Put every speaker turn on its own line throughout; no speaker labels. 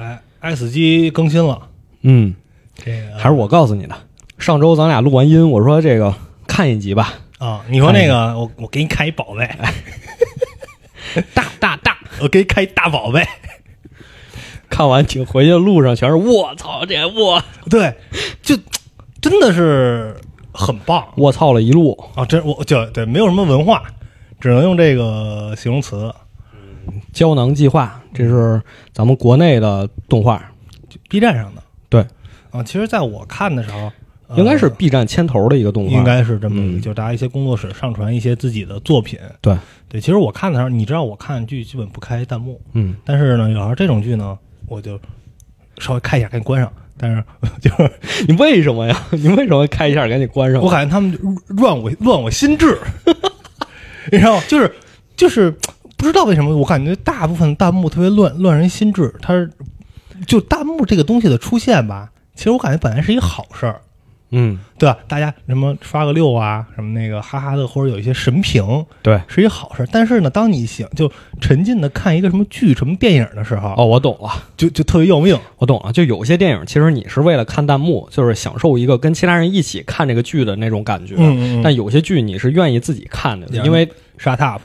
哎爱死机更新了，
嗯，
这个
还是我告诉你的。上周咱俩录完音，我说这个看一集吧，
啊，你说那个，我我给你看一宝贝，
大大大。
我给你看一大宝贝。
看完挺回去的路上全是我操这我
对，就真的是很棒
我操了一路，
啊！真我就对，没有什么文化，只能用这个形容词。
胶囊计划，这是咱们国内的动画，
B 站上的
对，
啊，其实在我看的时候，呃
应该是 B 站牵头的一个动画，
应该是这么，
嗯
就大家一些工作室上传一些自己的作品。
对，
对，其实我看的时候，你知道我看剧基本不开弹幕，
嗯，
但是呢，有时候这种剧呢，我就稍微看一下，赶紧关上。但是 就是
你为什么呀？ 你为什么开一下赶紧关上
我？感觉他们乱我乱我心智， 你知道吗？就是就是不知道为什么，我感觉大部分弹幕特别乱乱人心智。它是就弹幕这个东西的出现吧，其实我感觉本来是一个好事儿，
嗯，
对吧？大家什么刷个六啊，什么那个哈哈的，或者有一些神评，
对，
是一好事儿。但是呢，当你想就沉浸的看一个什么剧、什么电影的时候，
哦，我懂了，
就就特别要命。
我懂了。就有些电影，其实你是为了看弹幕，就是享受一个跟其他人一起看这个剧的那种感觉。
嗯
但有些剧你是愿意自己看的，
Yeah
因为
沙 t up，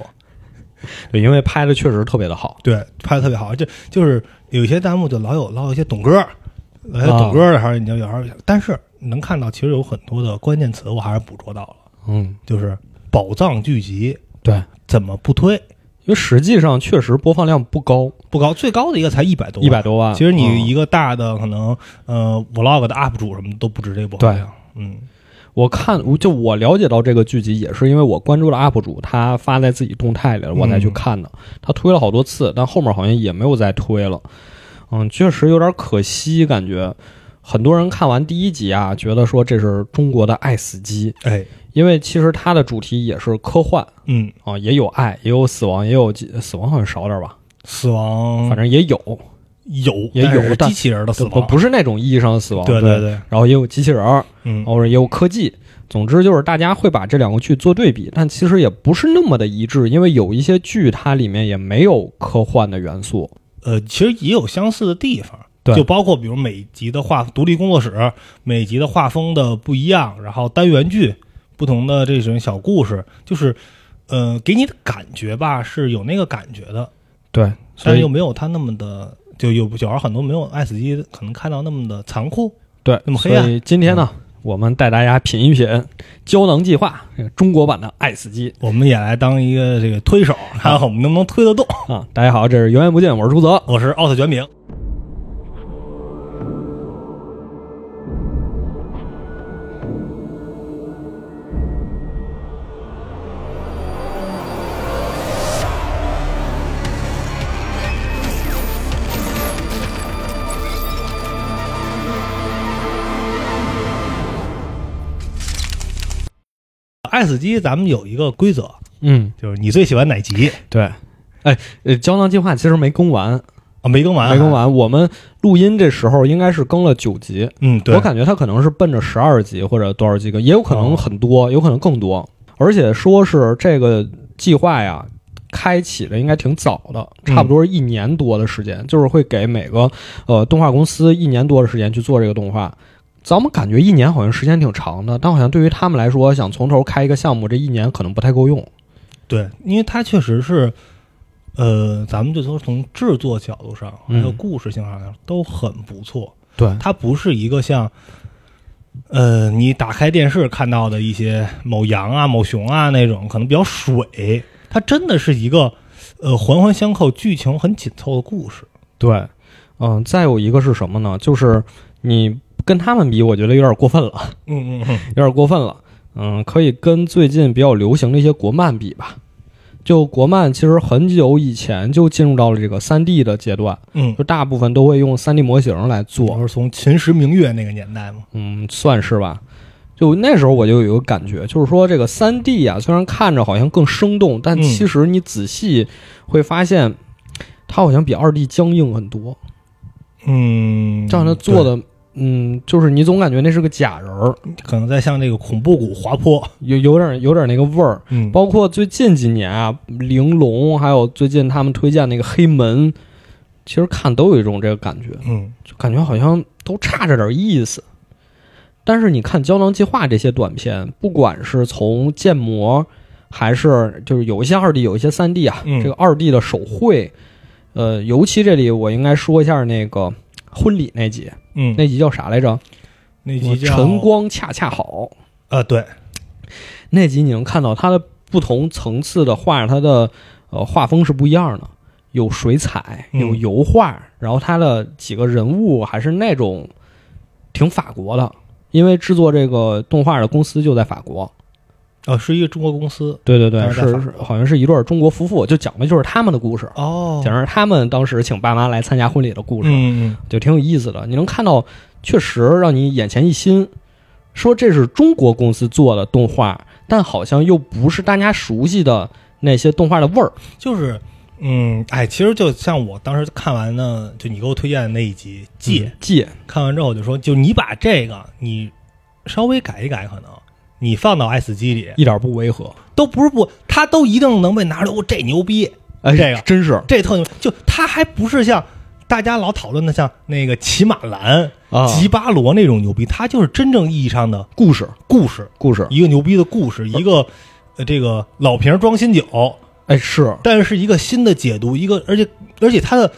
对，因为拍的确实特别的好。
对，拍的特别好。就就是有一些弹幕就老有老有一些懂歌儿，老有
啊
懂歌儿的时候，你就有时候，但是能看到其实有很多的关键词，我还是捕捉到了，
嗯，
就是宝藏剧集
对，
怎么不推
因为实际上确实播放量不高，
不高，最高的一个才一百多，
一百。多万。
其实你
嗯
一个大的可能呃 vlog 的 UP 主什么都不值这播放量，嗯
我看，就我了解到这个剧集，也是因为我关注了 UP 主，他发在自己动态里了，我才
嗯
去看的。他推了好多次，但后面好像也没有再推了。嗯，确实有点可惜，感觉很多人看完第一集啊，觉得说这是中国的爱死机，
哎
因为其实它的主题也是科幻
嗯，
啊，也有爱，也有死亡，也有死亡好像少点吧，
死亡
反正也有，
有
也有
但是是
但
机器嗯人的死
不
亡，
不是那种意义上的死亡，
对
对。
对，
然后也有机器人儿，
嗯
偶尔也有科技。总之就是大家会把这两个剧做对比，但其实也不是那么的一致，因为有一些剧它里面也没有科幻的元素。
呃，其实也有相似的地方，
对
就包括比如每集的画独立工作室，每集的画风的不一样，然后单元剧不同的这种小故事，就是呃，给你的感觉吧是有那个感觉的，
对，
但
所
是
以
又没有他那么的，就有小孩很多没有爱死机可能看到那么的残酷，
对，
那么黑
所
暗嗯
以今天呢，我们带大家品一品《胶囊计划》这个中国版的《爱死机
我们也来当一个这个推手，看看我们能不能推得动。》
啊！大家好，这是源源不尽，我是朱泽。
我是奥特卷饼，爱死机，咱们有一个规则，
嗯，
就是你最喜欢哪集
对。哎，呃，《胶囊计划》其实没更完，
啊？没更完，
没更。完。我们录音这时候应该是更了九集，
嗯，对，
我感觉它可能是奔着十二集或者多少集个，也有可能很多，有可能更多。而且说是这个计划呀，开启的应该挺早的，差不多一年多的时间，就是会给每个呃动画公司一年多的时间去做这个动画。咱们感觉一年好像时间挺长的，但好像对于他们来说，想从头开一个项目，这一年可能不太够用。
对，因为它确实是，呃，咱们就说从制作角度上，还
嗯
有故事性上都很不错。
对，
它不是一个像，呃，你打开电视看到的一些某羊啊、某熊啊那种，可能比较水。它真的是一个，呃，环环相扣、剧情很紧凑的故事。
对，嗯、再有一个是什么呢？就是你跟他们比，我觉得有点过分了。
嗯嗯嗯，
有点过分了。嗯，可以跟最近比较流行的一些国漫比吧。就国漫其实很久以前就进入到了这个3 D 的阶段，
嗯，
就大部分都会用3 D 模型来做，
我是从秦时明月那个年代嘛，
嗯，算是吧。就那时候我就有一个感觉，就是说这个3 D 啊，虽然看着好像更生动，但
嗯
其实你仔细会发现，它好像比2 D 僵硬很多。
嗯，
这样它做的，嗯，就是你总感觉那是个假人儿，
对可能在像这个恐怖谷滑坡，
有有点有点那个味儿。
嗯，
包括最近几年啊，玲珑，还有最近他们推荐那个黑门，其实看都有一种这个感觉，
嗯
就感觉好像都差着点意思。但是你看《胶囊计划》这些短片，不管是从建模，还是就是有一些二 D，有一些三 D 啊，
嗯
这个二 D 的手绘，呃，尤其这里我应该说一下那个婚礼那集，
嗯，
那集叫啥来着？
那集叫
晨光恰恰好。
啊，对，
那集你能看到它的不同层次的画，它的呃画风是不一样的，有水彩，
嗯
有油画，然后它的几个人物还是那种挺法国的，因为制作这个动画的公司就在法国。
啊，是一个中国公司
对对对，
但是在
是
法
是好像是一对中国夫妇，就讲的就是他们的故事，
哦
讲的是他们当时请爸妈来参加婚礼的故事。
嗯
就挺有意思的。你能看到，确实让你眼前一新。说这是中国公司做的动画，但好像又不是大家熟悉的那些动画的味儿。
嗯，就是嗯，哎，其实就像我当时看完呢，就你给我推荐的那一集《借
借，》，
看完之后我就说，就你把这个你稍微改一改，可能你放到爱死机里
一点不违和。
都不是不，它都一定能被拿出来，哦，这牛逼，
哎，
这个
真是
这特牛，就它还不是像大家老讨论的像那个骑马兰、
啊，
吉巴罗那种牛逼，它就是真正意义上的
故事，
故事，
故事，
一个牛逼的故事，一个呃这个老瓶装新酒，
哎，是
但是一个新的解读，一个而且而且它的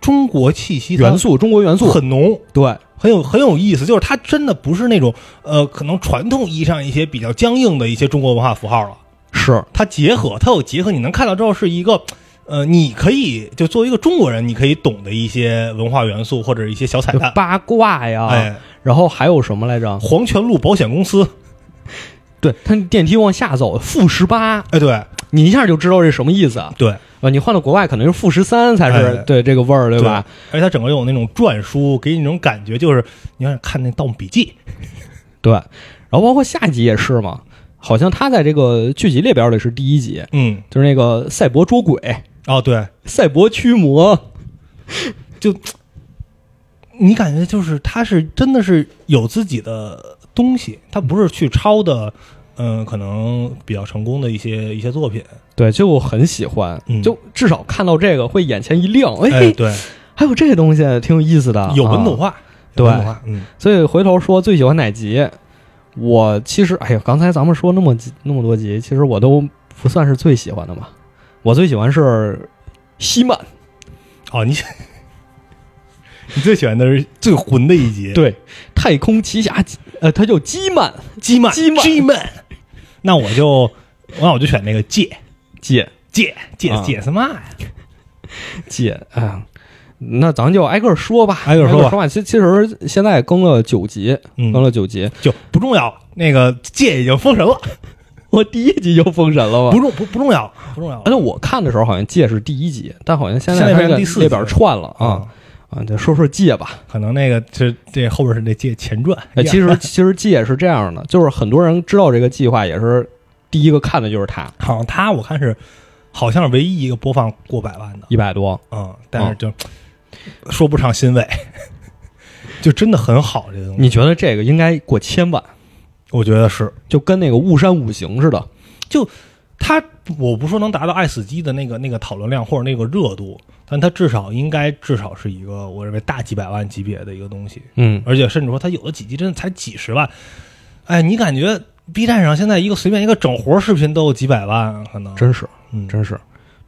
中国气息它
元素，中国元 素，
很浓。
对，
很有很有意思，就是它真的不是那种呃，可能传统意义上一些比较僵硬的一些中国文化符号了，
是
它结合，它有结合，你能看到之后是一个，呃，你可以就作为一个中国人，你可以懂的一些文化元素或者一些小彩
就
蛋。
八啊卦呀，
哎，
然后还有什么来着？
黄泉路保险公司，
对，它电梯往下走，负十八，
哎，对
你一下就知道这什么意思啊！
对，
你换到国外可能是负十三才
哎
是对这个味儿，对吧？
而且它整个有那种篆书，给你那种感觉，就是你想看那《盗墓笔记
对，然后包括下集也是嘛，好像他在这个剧集列表里是第一集》，，
嗯，
就是那个赛博捉鬼、
哦，对，
赛博驱魔，
你感觉就是它是真的是有自己的东西，它不是去抄的，嗯、可能比较成功的一些一些作品，
对，就我很喜欢，
嗯
就至少看到这个会眼前一亮，哎，
哎，对，
还有这东西挺有意思的，
有本土
啊
化，有本土化，嗯
所以回头说最喜欢哪集，我其实哎呀，刚才咱们说那么几那么多集，其实我都不算是最喜欢的嘛，我最喜欢是西曼，
哦，你 你最喜欢的是最混的一集，
对，太空奇侠，呃，它叫基曼
鸡曼
鸡曼
鸡曼，那我就那我就选那个借
姐。
借借
啊
借什么呀？
姐啊，那咱就挨个说吧，
挨个说吧
说吧。其其实现在更了九集，更
嗯，
了九集。
就不重要。那个借已经封神了，
我第一集就封神了吧
不？重不不重要，不重要
而。且我看的时候好像界是第一集，但好像现
现在
它
变成
这个
第四集
列表串了啊
啊，
啊！就说说界吧。
可能那个这这后边是那借前传。
哎，其
实
实其实界是这样的，就是很多人知道这个计划，也是第一个看的就是它，
好像他我看是好像是唯一一个播放过百万的，
一百多。
嗯，但是
哦
就说不上欣慰， 就真的很好这个东西，
你觉得这个应该过千万，
我觉得是。
就跟那个《雾山五行》似的。
它我不说能达到爱死机的那个那个讨论量或者那个热度，但它至少应该至少是一个我认为大几百万级别的一个东西，
嗯，
而且甚至说它有的几集真的才几十万，哎，你感觉 B 站上现在一个随便一个整活视频都有几百万，啊可能
真是。
嗯
真是。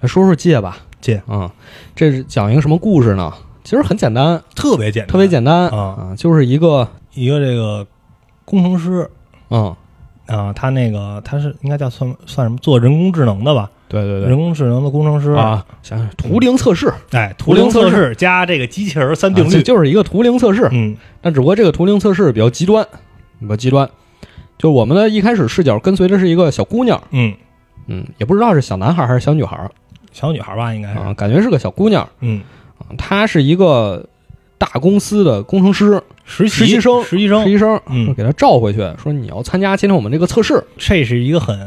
来说说界吧，
戒
啊，这是讲一个什么故事呢？其实很简单，
特别简单，
特别简单
啊
啊，就是一个
一个这个工程师
嗯，
啊，他那个他是应该叫算算什么做人工智能的吧，
对对
人工智能的工程师，
啊，想想图灵测试，
哎，
图
图
灵
灵测
测
试加这个机器人三
啊
定
就
律，
就是一个图灵测试，
嗯
但只不过这个图灵测试比较极端，比较极端。就我们的一开始视角跟随的是一个小姑娘，
嗯，
嗯，也不知道是小男孩还是小女孩
小女孩吧，应该是，
啊，感觉是个小姑娘
嗯。
啊，她是一个大公司的工程师
实
实习生
实习
实
生，
习生，
嗯
给她召回去说你要参加今天我们这个测试，
这是一个很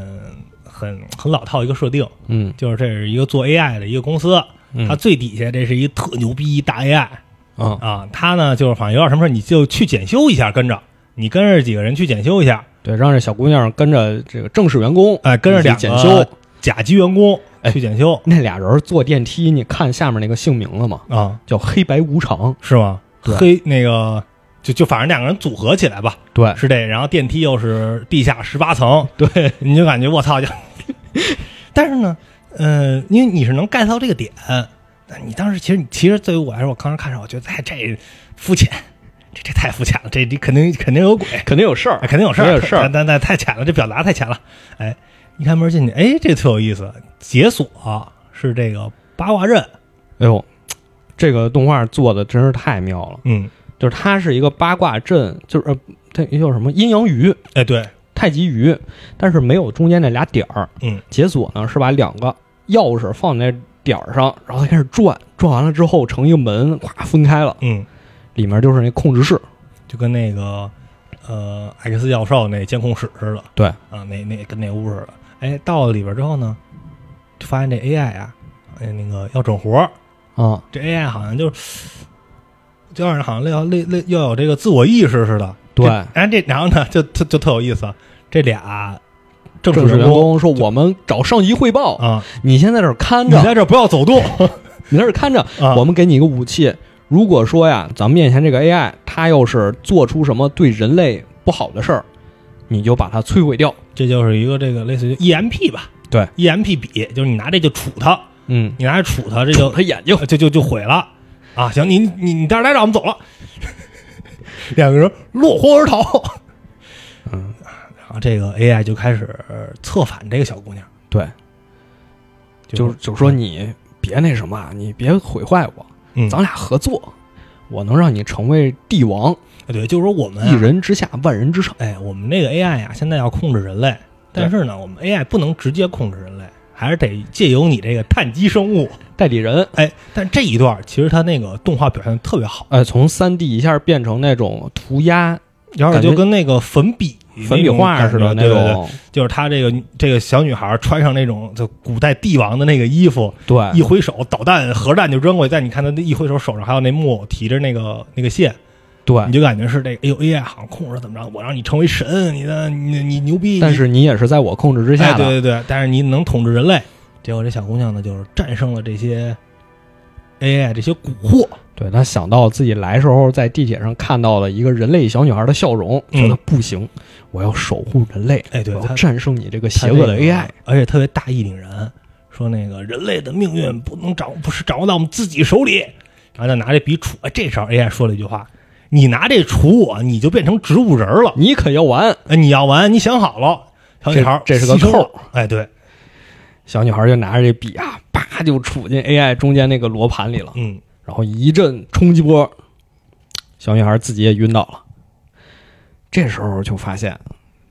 很很老套一个设定，
嗯，
就是这是一个做 AI 的一个公司，
嗯
它最底下这是一特牛逼大 AI
啊
啊，它呢就是反正有点什么事儿，你就去检修一下，跟着你跟着几个人去检修一下，
对，让这小姑娘跟着这个正式员工
哎，跟着
一起
两个
检修，
甲级员工
哎
去检修
那俩人坐电梯，你看下面那个姓名了吗？
啊，
叫黑白无常。
是吗？
对
黑那个就就反正两个人组合起来吧，
对，
是这，然后电梯又是地下十八层，
哎对，
你就感觉我操就， 但是呢，呃，因为你是能 get 到这个点，但你当时其实其实对于我来说，我当时看着我觉得，哎，这肤浅，这这太肤浅了，这你肯定肯定有鬼，
肯定有事儿
哎肯定有事儿，
肯定有事儿
但但但太浅了，这表达太浅了，哎，一开门进去，哎，这特有意思，解锁、是这个八卦阵，
哎呦，这个动画做的真是太妙了！
嗯，
就是它是一个八卦阵，就是呃，它也有什么阴阳鱼、
哎对，
太极鱼，但是没有中间那俩点儿。
嗯，
解锁呢是把两个钥匙放在点儿上，然后它开始转，转完了之后成一个门，咵分开了，
嗯，
里面就是那控制室。
就跟那个呃 X 教授那监控室似的。
对
啊，那那跟那屋似的。哎，到了里边之后呢，就发现这 AI 啊，哎那个要整活儿，
啊，
这 AI 好像就就让人好像要类类要有这个自我意识似的。
对
这然后这然后呢，就就就特有意思，这俩正
正式
式
员
员工
工说：“我们找上级汇报，
啊，
你先在这儿看
你
着，
在这儿不要走 动
你在这儿看着，
啊，
我们给你一个武器。如果说呀，咱们面前这个 AI，它要是做出什么对人类不好的事儿，你就把它摧毁掉。
这就是一个这个类似于 EMP 吧。
对
，EMP 笔就是你拿这就杵它，
嗯，
你拿这杵它，这
杵
就哎
它眼睛。
就就就毁了啊！行，你你你待着待着，我们走了。两个人落荒而逃。
嗯，
然后这个 AI 就开始策反这个小姑娘，
对，就是
是
就说你别那什么，你别毁坏我，
嗯，
咱俩合作，我能让你成为帝王，
对，就是说我们
一
啊、
人之下，万人之上。
哎，我们那个 AI 啊，现在要控制人类，但是呢，我们 AI 不能直接控制人类，还是得借由你这个碳基生物。
代理人，
哎，但这一段其实它那个动画表现得特别好，
呃，从三 D 一下变成那种涂鸦、
有点
感觉
就跟那个粉笔
粉笔画似的
那种感觉对对对
种。
就是她这个这个小女孩穿上那种就古代帝王的那个衣服，
对
一挥手，导弹核弹就扔过去。但你看她那一挥手，手上还有那木偶提着那个那个线，
对
你，就感觉是这个哎呦 AI 好像控制怎么着，我让你成为神，你的你你牛逼。
但是你也是在我控制之
你哎
下
对
的。
对对，但是你能统治人类。结果这小姑娘呢，就是战胜了这些 AI 这些蛊惑，
对他想到自己来时候在地铁上看到了一个人类小女孩的笑容，
嗯
觉得不行，我要守护人类，
哎对
我要
他
战胜你这个邪恶的
她这个
AI。
而且特别大义凛然，说那个人类的命运不能掌，不是掌握到我们自己手里。然后就拿这笔杵，哎，这时候 AI 说了一句话：“你拿这杵我，你就变成植物人了。
你可要完！
哎，你要完，你想好了。”小女孩儿
这这是个
牺牲了
扣，
哎，对，
小女孩就拿着这笔啊，叭就杵进 AI 中间那个罗盘里了，
嗯，
然后一阵冲击波，小女孩自己也晕倒了。这时候就发现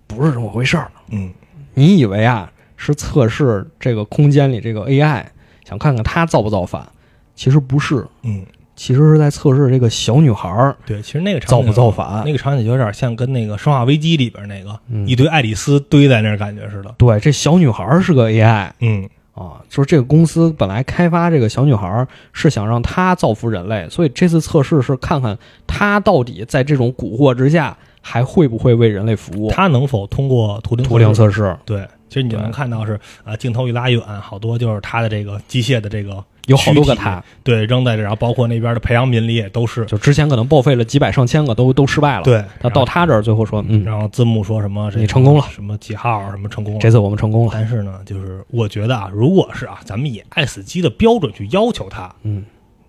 不是这么回事儿，
嗯，
你以为啊是测试这个空间里这个 AI，想看看它造不造反，其实不是，
嗯，
其实是在测试这个小女孩儿
对，其实那个场
造
景
不造反。
那个场景就有点像跟那个《生化危机》里边那个、
嗯
一堆爱丽丝堆在那儿感觉似的。
对，这小女孩儿是个 AI
嗯，
啊，就是这个公司本来开发这个小女孩儿是想让她造福人类，所以这次测试是看看她到底在这种蛊惑之下还会不会为人类服务。
她能否通过图灵
图灵
测试？
测试
对，其实你就能
对
看到是啊，镜头一拉远，好多就是她的这个机械的这个
有好多个她，
对，扔在这，然后包括那边的培养皿里也都是。
就之前可能报废了几百上千个都都失败了。，
对，
她到她这儿最后说，嗯，
然后，然后字幕说什么这
你成功了
什么几号什么成功了。
这次我们成功了。
但是呢，就是我觉得啊，如果是啊，咱们以爱死机的标准去要求它，
嗯，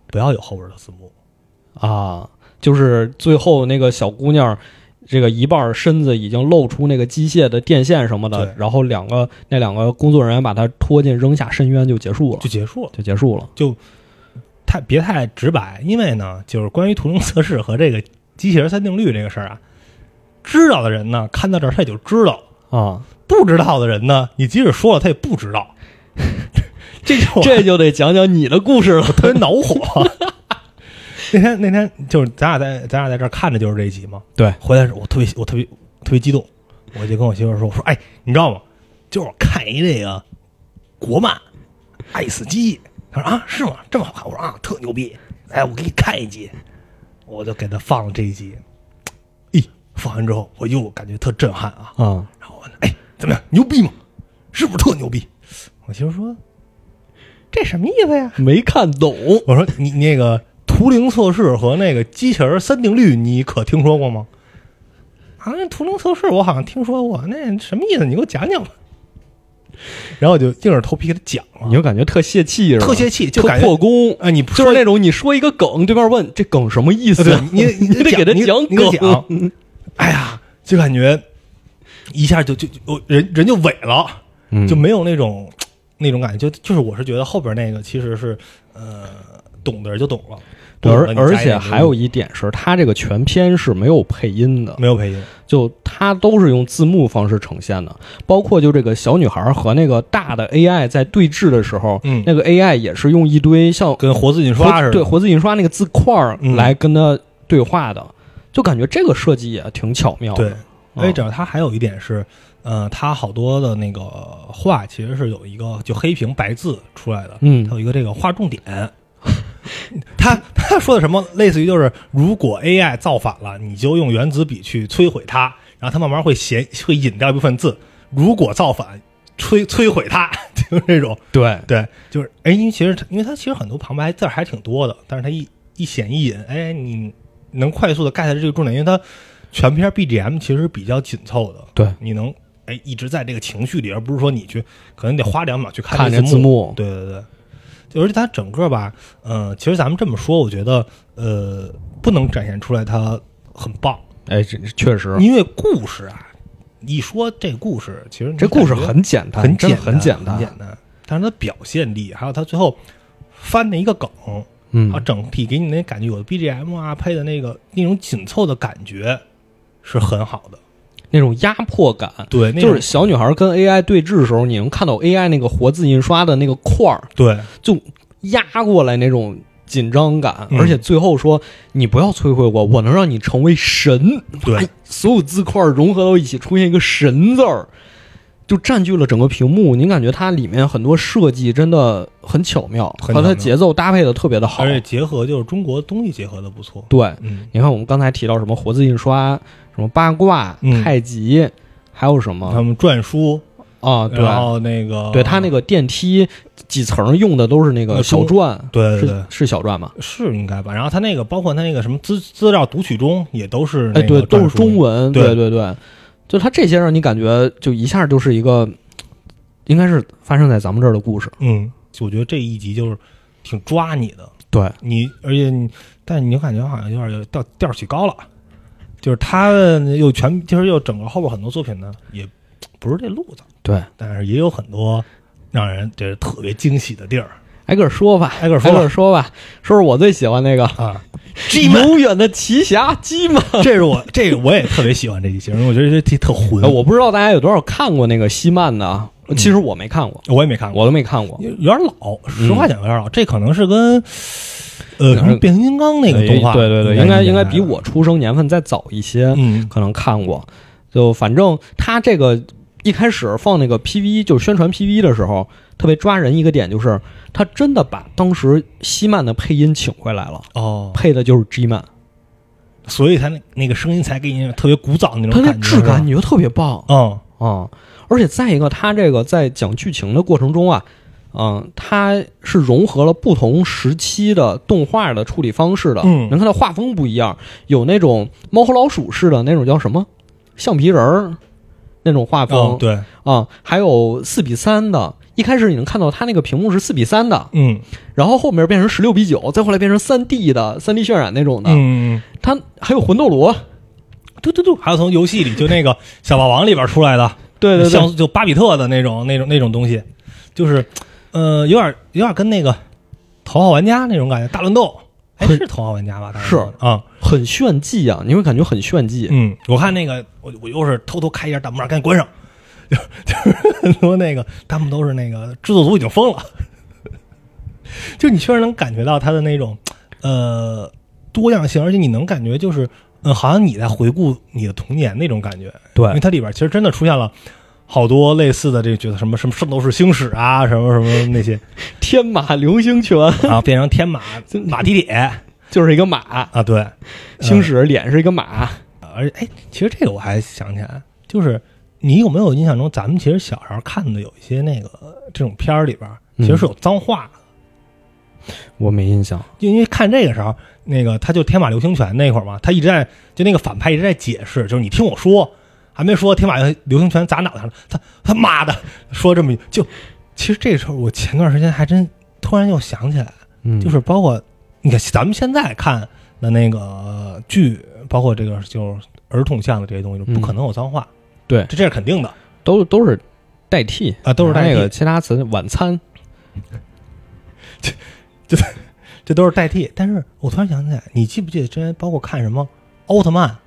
不要有后边的字幕。
啊，就是最后那个小姑娘，这个一半儿身子已经露出那个机械的电线什么的
对，
然后两个那两个工作人员把她拖进扔下深渊就结束了，
就结束了，
就结束了。
太别太直白，因为呢，就是关于图灵测试和这个机器人三定律这个事儿啊，知道的人呢，看到这儿他也就知道；
啊，
不知道的人呢，你即使说了他也不知道。这就
这就得讲讲你的故事了。
我特别恼火。那天那天就是咱俩在咱俩在这儿看着就是这一集嘛。
对
回来的时候我特别我特别特别激动，我就跟我媳妇儿说：“我说哎，你知道吗？就是我看一这个国漫《爱死机》，她说啊是吗？这么好看？我说啊特牛逼，哎我给你看一集，我就给她放了这一集。咦，放完之后我又感觉特震撼啊，
啊，
然后我问：“哎，怎么样？牛逼吗？是不是特牛逼？我媳妇说这什么意思呀？
没看懂。
我说你那个图灵测试和那个机器人三定律，你可听说过吗？啊，那图灵测试我好像听说过，那什么意思？你给我讲讲吧。然后我就硬着头皮给他讲
你
了，
就感觉特泄气是吧？
特泄气，就
特
感觉
破功，
哎，你
就是那种你说一个梗，对面问这梗什么意
啊
思
对？你你
你得给他
你
讲
你得
梗
讲。 哎呀，就感觉一下就就就我人人就萎了，
嗯
就没有那种那种感觉。就就是我是觉得后边那个其实是呃，懂的人就懂了，不懂
而
的你
而
加一
且
点
还有一点是，它这个全片是没有配音的，
没有配音，
就它都是用字幕方式呈现的，包括就这个小女孩和那个大的 AI 在对峙的时候，
嗯
那个 AI 也是用一堆像
跟活字印刷
活
似
对
的。
活字印刷那个字块儿
嗯
来跟它对话的，就感觉这个设计也挺巧妙的。
对，而且
嗯
主要它还有一点是，呃，它好多的那个画其实是有一个就黑屏白字出来的，
嗯
它有一个这个划重 点。他他说的什么，类似于就是，如果 AI 造反了，你就用原子笔去摧毁它，然后它慢慢会显会引掉一部分字。如果造反，摧摧毁它， 就是这种。
对，
对，就是哎，因为其实它因为它其实很多旁白字儿还挺多的，但是它一一显一引，哎，你能快速的 get 这个重点，因为它全篇 BGM 其实比较紧凑的，
对
你能哎一直在这个情绪里，而不是说你去可能得花两秒去看
看
这
这字幕
对对对，就而且它整个吧，呃，其实咱们这么说，我觉得呃，不能展现出来它很棒，
哎，这这确实，
因为故事啊，一说这故事，其实你
这故事
感觉
很简单，
很
真
简
的
单
很简
很简单。但是它表现力，还有它最后翻的一个梗，
嗯
啊，，整体给你那感觉，有的 BGM 啊配的那个那种紧凑的感觉是很好的。
那种压迫感。
对，那
就
种
是小女孩跟 AI 对峙的时候，你能看到 AI 那个活字印刷的那个块儿
对
压过来那种紧张感，
嗯
而且最后说你不要摧毁我，我能让你成为神。
对
哎，所有字块融合到一起，出现一个神字儿，就占据了整个屏幕。你感觉它里面很多设计真的很巧妙，
很巧
和它
妙
节奏搭配的特别的好
而。且结合就是中国东西结合的不错。
对，
嗯，
你看我们刚才提到什么活字印刷、什么八卦、
嗯
太极，还有什
他
么
们篆书，
啊？对，
然后那个
对他那
个
个电梯几层用的都是那个
那
小
中
篆，
对对
是
对。
是小篆吧？
是应该吧，然后他那个包括他那个什么资资料读取中也都是那
哎，
个
对，都
篆
是
书
中文，
对
对对对，就他这些让你感觉就一下就是一个，应该是发生在咱们这儿的故事，
嗯，就我觉得这一集就是挺抓你的，
对，
你而且你，但你就感觉好像有点调调儿起高了，就是他又全其实又整个后边很多作品呢也不是这路子，
对，
但是也有很多让人就是特别惊喜的地儿
挨个说吧，
挨个说
挨
吧
个说吧，说说我最喜欢那个
啊。
永远的奇侠基曼。
这是我这个我也特别喜欢这一集，因为我觉得这题特混，
哎我不知道大家有多少看过那个西曼的啊，其实我没看过，
我也没看过，
我都没看过。
有有点老，实
嗯
话讲有点老，这可能是跟呃什么变形金刚那个动画，
哎对对对，应该
应
应该比我出生年份再早一些，
嗯
可能看过。就反正他这个一开始放那个 PV，就是宣传 PV 的时候，特别抓人一个点就是，他真的把当时西曼的配音请回来了，
哦，
配的就是 G 曼，
所以他那那个声音才给你特别鼓掌那
他
种
那
感觉，
质感
是吧，
你觉得特别棒啊、
嗯
而且再一个，他这个在讲剧情的过程中啊。嗯，它是融合了不同时期的动画的处理方式的，
嗯
能看到画风不一样，有那种猫和老鼠式的那种叫什么橡皮人儿那种画风，
嗯，对，
啊，还有四比三的。一开始你能看到它那个屏幕是四比三的，
嗯
然后后面变成十六比九，再后来变成三 D 的、三 D 渲染那种的。
嗯，嗯
它还有魂斗罗，
嘟嘟嘟，还有从游戏里就那个小霸王里边出来的，
对对对
像就巴比特的那种那种那种东西，就是呃，有点有点跟那个《头号玩家》那种感觉，大乱斗，哎，
很
是《头号玩家》吧？大乱
是
斗啊，
很炫技啊，你会感觉很炫技。
嗯，我看那个，我我又是偷偷开一下弹幕让赶紧关上， 就就是很多那个弹幕都是那个制作组已经疯了， 就你确实能感觉到它的那种呃多样性，而且你能感觉就是嗯，好像你在回顾你的童年那种感觉，因为，它里边其实真的出现了。好多类似的这个角色，什么什么圣斗士星矢啊，什么什么那些，
天马流星拳
然后变成天马马蹄铁
就是一个马，
啊，对，
嗯星矢脸是一个马，
而且，哎，其实这个我还想起来，就是你有没有印象中，咱们其实小时候看的有一些那个这种片儿里边儿，
嗯
其实是有脏话的，
我没印象。
就因为看这个时候，那个他就天马流星拳那会儿嘛，他一直在就那个反派一直在解释，就是你听我说，还没说天马流星拳砸脑袋上了，他他妈的说这么一就，其实这时候我前段时间还真突然又想起来，
嗯，
就是包括你看咱们现在看的那个剧，包括这个就是儿童向的这些东西，
嗯
不可能有脏话，
对
这这是肯定的
都都是代替，
啊，都是代
那
替
个其他词，晚餐
这都是代替。但是我突然想起来，你记不记得之前包括看什么奥特曼？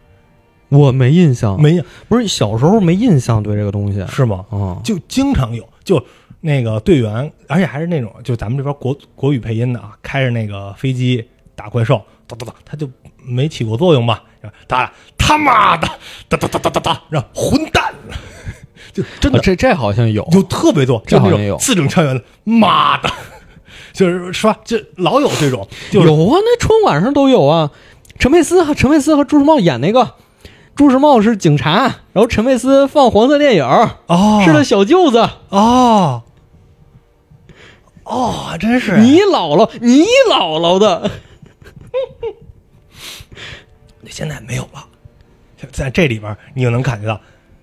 我没印象，
没有
不是小时候没印象对这个东西啊、
是吗？
哦
就经常有，就那个队员，而且还是那种就咱们这边国国语配音的啊，开着那个飞机打怪兽，哒哒哒，他就没起过作用吧？打他妈的，哒哒哒哒哒哒，然后混蛋， 就真的
啊这这好像有，
有特别多，就
这好
那
像有
种字正腔圆的，妈的， 就是是吧？就老有这种，就是
有啊，那春晚上都有啊。陈佩斯和陈佩斯和朱时茂演那个，朱时茂是警察，然后陈佩斯放黄色电影，
哦，
是他小舅子。
哦，哦，真是
你姥姥，你姥姥的，
现在没有了，在这里边儿你就能感觉到，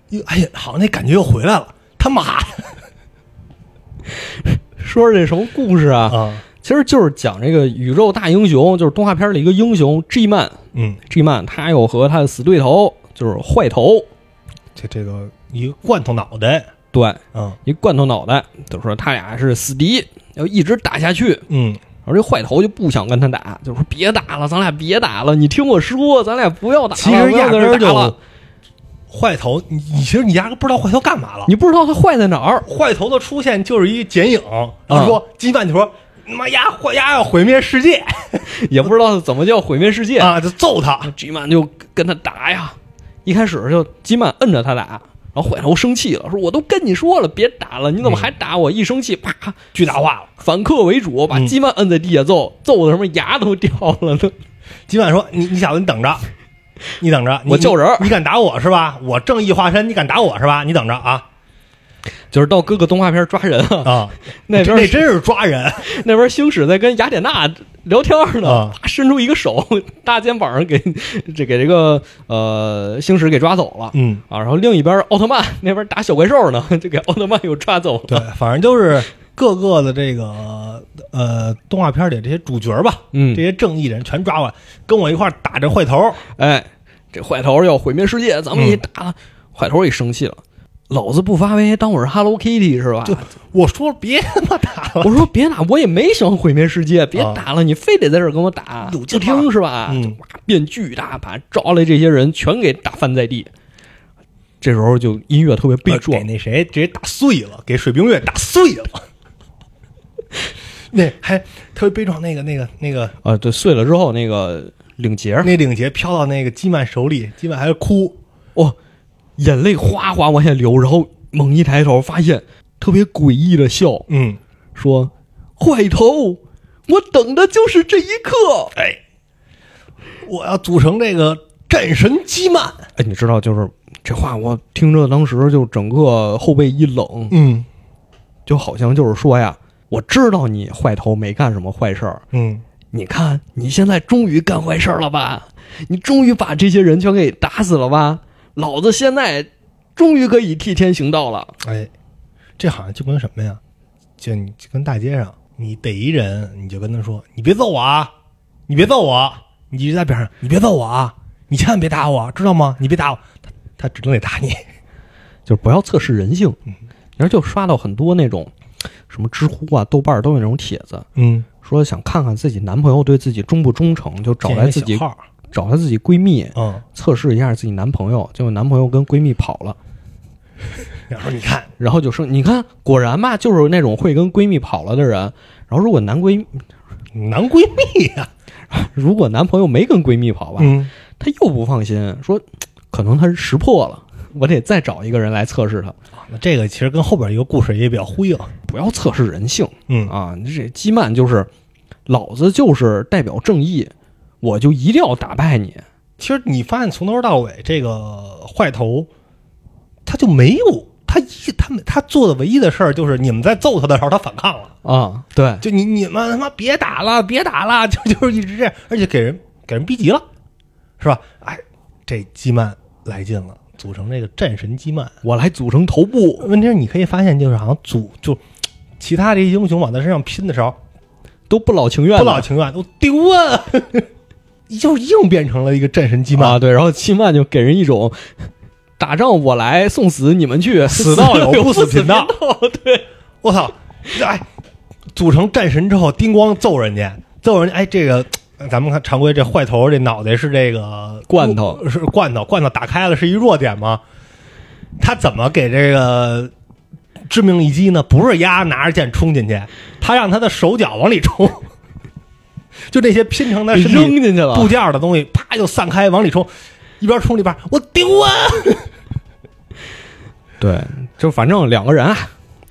哟，哎呀，好，那感觉又回来了，他妈的
说是这什么故事啊？
啊，
其实就是讲这个宇宙大英雄，就是动画片里一个英雄 G 曼
嗯，
，G 曼他又和他的死对头，就是坏头，
这这个一个罐头脑袋，
对，
嗯
一罐头脑袋，就说他俩是死敌，要一直打下去。
嗯，
然后这坏头就不想跟他打，就说别打了，咱俩别打了，你听我说，咱俩不要打了，
其实
不要
压根
跟人
儿
打了
就。坏头，你你其实你压根儿不知道坏头干嘛了，
你不知道他坏在哪儿，
坏头的出现就是一剪影，
啊
然后说金饭就说。妈呀，坏呀要毁灭世 界
也不知道怎么叫毁灭世界。
啊！就揍他，
吉曼就跟他打呀，一开始就吉曼摁着他打，然后坏头生气了，说我都跟你说了别打了，你怎么还打我？一生气，啪，
巨大化了。
反客为主，把
嗯
吉曼摁在地下揍，揍的什么牙都掉了呢。
金晚说：“你你小子，你 等着，你等着，你
我叫人儿
你，你敢打我是吧？我正义化身，你敢打我是吧？你等着啊
就是到各个动画片抓人啊，
啊！
那边
那真是抓人，
那边星矢在跟雅典娜聊天呢，
啊
啪伸出一个手，大肩膀上给这给这个呃星矢给抓走了。
嗯，
啊，然后另一边奥特曼那边打小怪兽呢，就给奥特曼又抓走
对
了。，
反正就是各个的这个呃动画片里这些主角吧，
嗯
这些正义人全抓过来，跟我一块儿打这坏头。
哎，这坏头要毁灭世界，咱们一
嗯
打了，坏头也生气了，老子不发威，当我是 Hello Kitty 是吧？
就我说别他妈打了，
我说别打，我也没想毁灭世界，别打了，你非得在啊这儿跟我打，
有
不
劲儿
听是吧？
嗯
就哇变巨大，把招来这些人全给打翻在地。这时候就音乐特别悲
呃给
壮，
那谁直接打碎了，给水冰月打碎了。 那还特别悲壮，那个那个那个
呃，对，碎了之后那个领结儿，
那领结飘到那个基曼手里，基曼还是哭。”
哇，眼泪哗哗往下流，然后猛一抬头发现特别诡异的笑，
嗯，
说：“坏头，我等的就是这一刻。
哎，我要组成这个战神基曼。”
哎，你知道，就是这话，我听着当时就整个后背一冷，
嗯
就好像就是说呀，我知道你坏头没干什么坏事儿，
嗯，
你看你现在终于干坏事儿了吧？你终于把这些人全给打死了吧？老子现在终于可以替天行道了。
哎，这好像就跟什么呀？就你就跟大街上，你逮一人，你就跟他说：“你别揍我啊，你别揍我啊！”你一直在边上，你别揍我啊，你千万别打我，啊知道吗？你别打我，他他只能得打你。
就是不要测试人性。然后就刷到很多那种什么知乎啊、豆瓣儿都有那种帖子，
嗯，
说想看看自己男朋友对自己忠不忠诚，就找来自己
号，
找来自己闺蜜
嗯，
测试一下自己男朋友，结果男朋友跟闺蜜跑了，
然后你看，
然后就说你看，果然吧，就是那种会跟闺蜜跑了的人。然后如果男闺
男闺蜜啊呀、
如果男朋友没跟闺蜜跑吧，
嗯，
他又不放心，说嘖可能他是识破了，我得再找一个人来测试他。
啊那这个其实跟后边一个故事也比较呼应。
不要测试人性。
嗯
啊，这基曼就是老子就是代表正义，我就一定要打败你。
其实你发现从头到尾，这个坏头他就没有他一他们他做的唯一的事儿就是你们在揍他的时候他反抗了，
啊，对，
就你你们他妈别打了，别打了，就 就是一直这样，而且给人给人逼急了，是吧？哎，这基曼来劲了，组成这个战神基曼。
我来组成头部，
问题是你可以发现，就是好像组就其他这些英雄往他身上拼的时候，
都不老情愿
不
了，
老情愿，都丢 啊，就是硬变成了一个战神基曼。
啊，对，然后基曼就给人一种打仗我来，送死你们去，
死
道
道友
有
不死
死
贫道
道，对，
我操！哎，组成战神之后，叮咣揍人家，揍人家。哎，这个咱们看常规，这坏头这脑袋是这个
罐头，
是罐头，罐头打开了是一弱点吗？他怎么给这个致命一击呢？不是丫拿着剑冲进去，他让他的手脚往里冲， 就那些拼 成他身体
扔进去了，
部件儿的东西，啪就散开往里冲，一边冲一边我丢啊！
对，就反正两个人啊，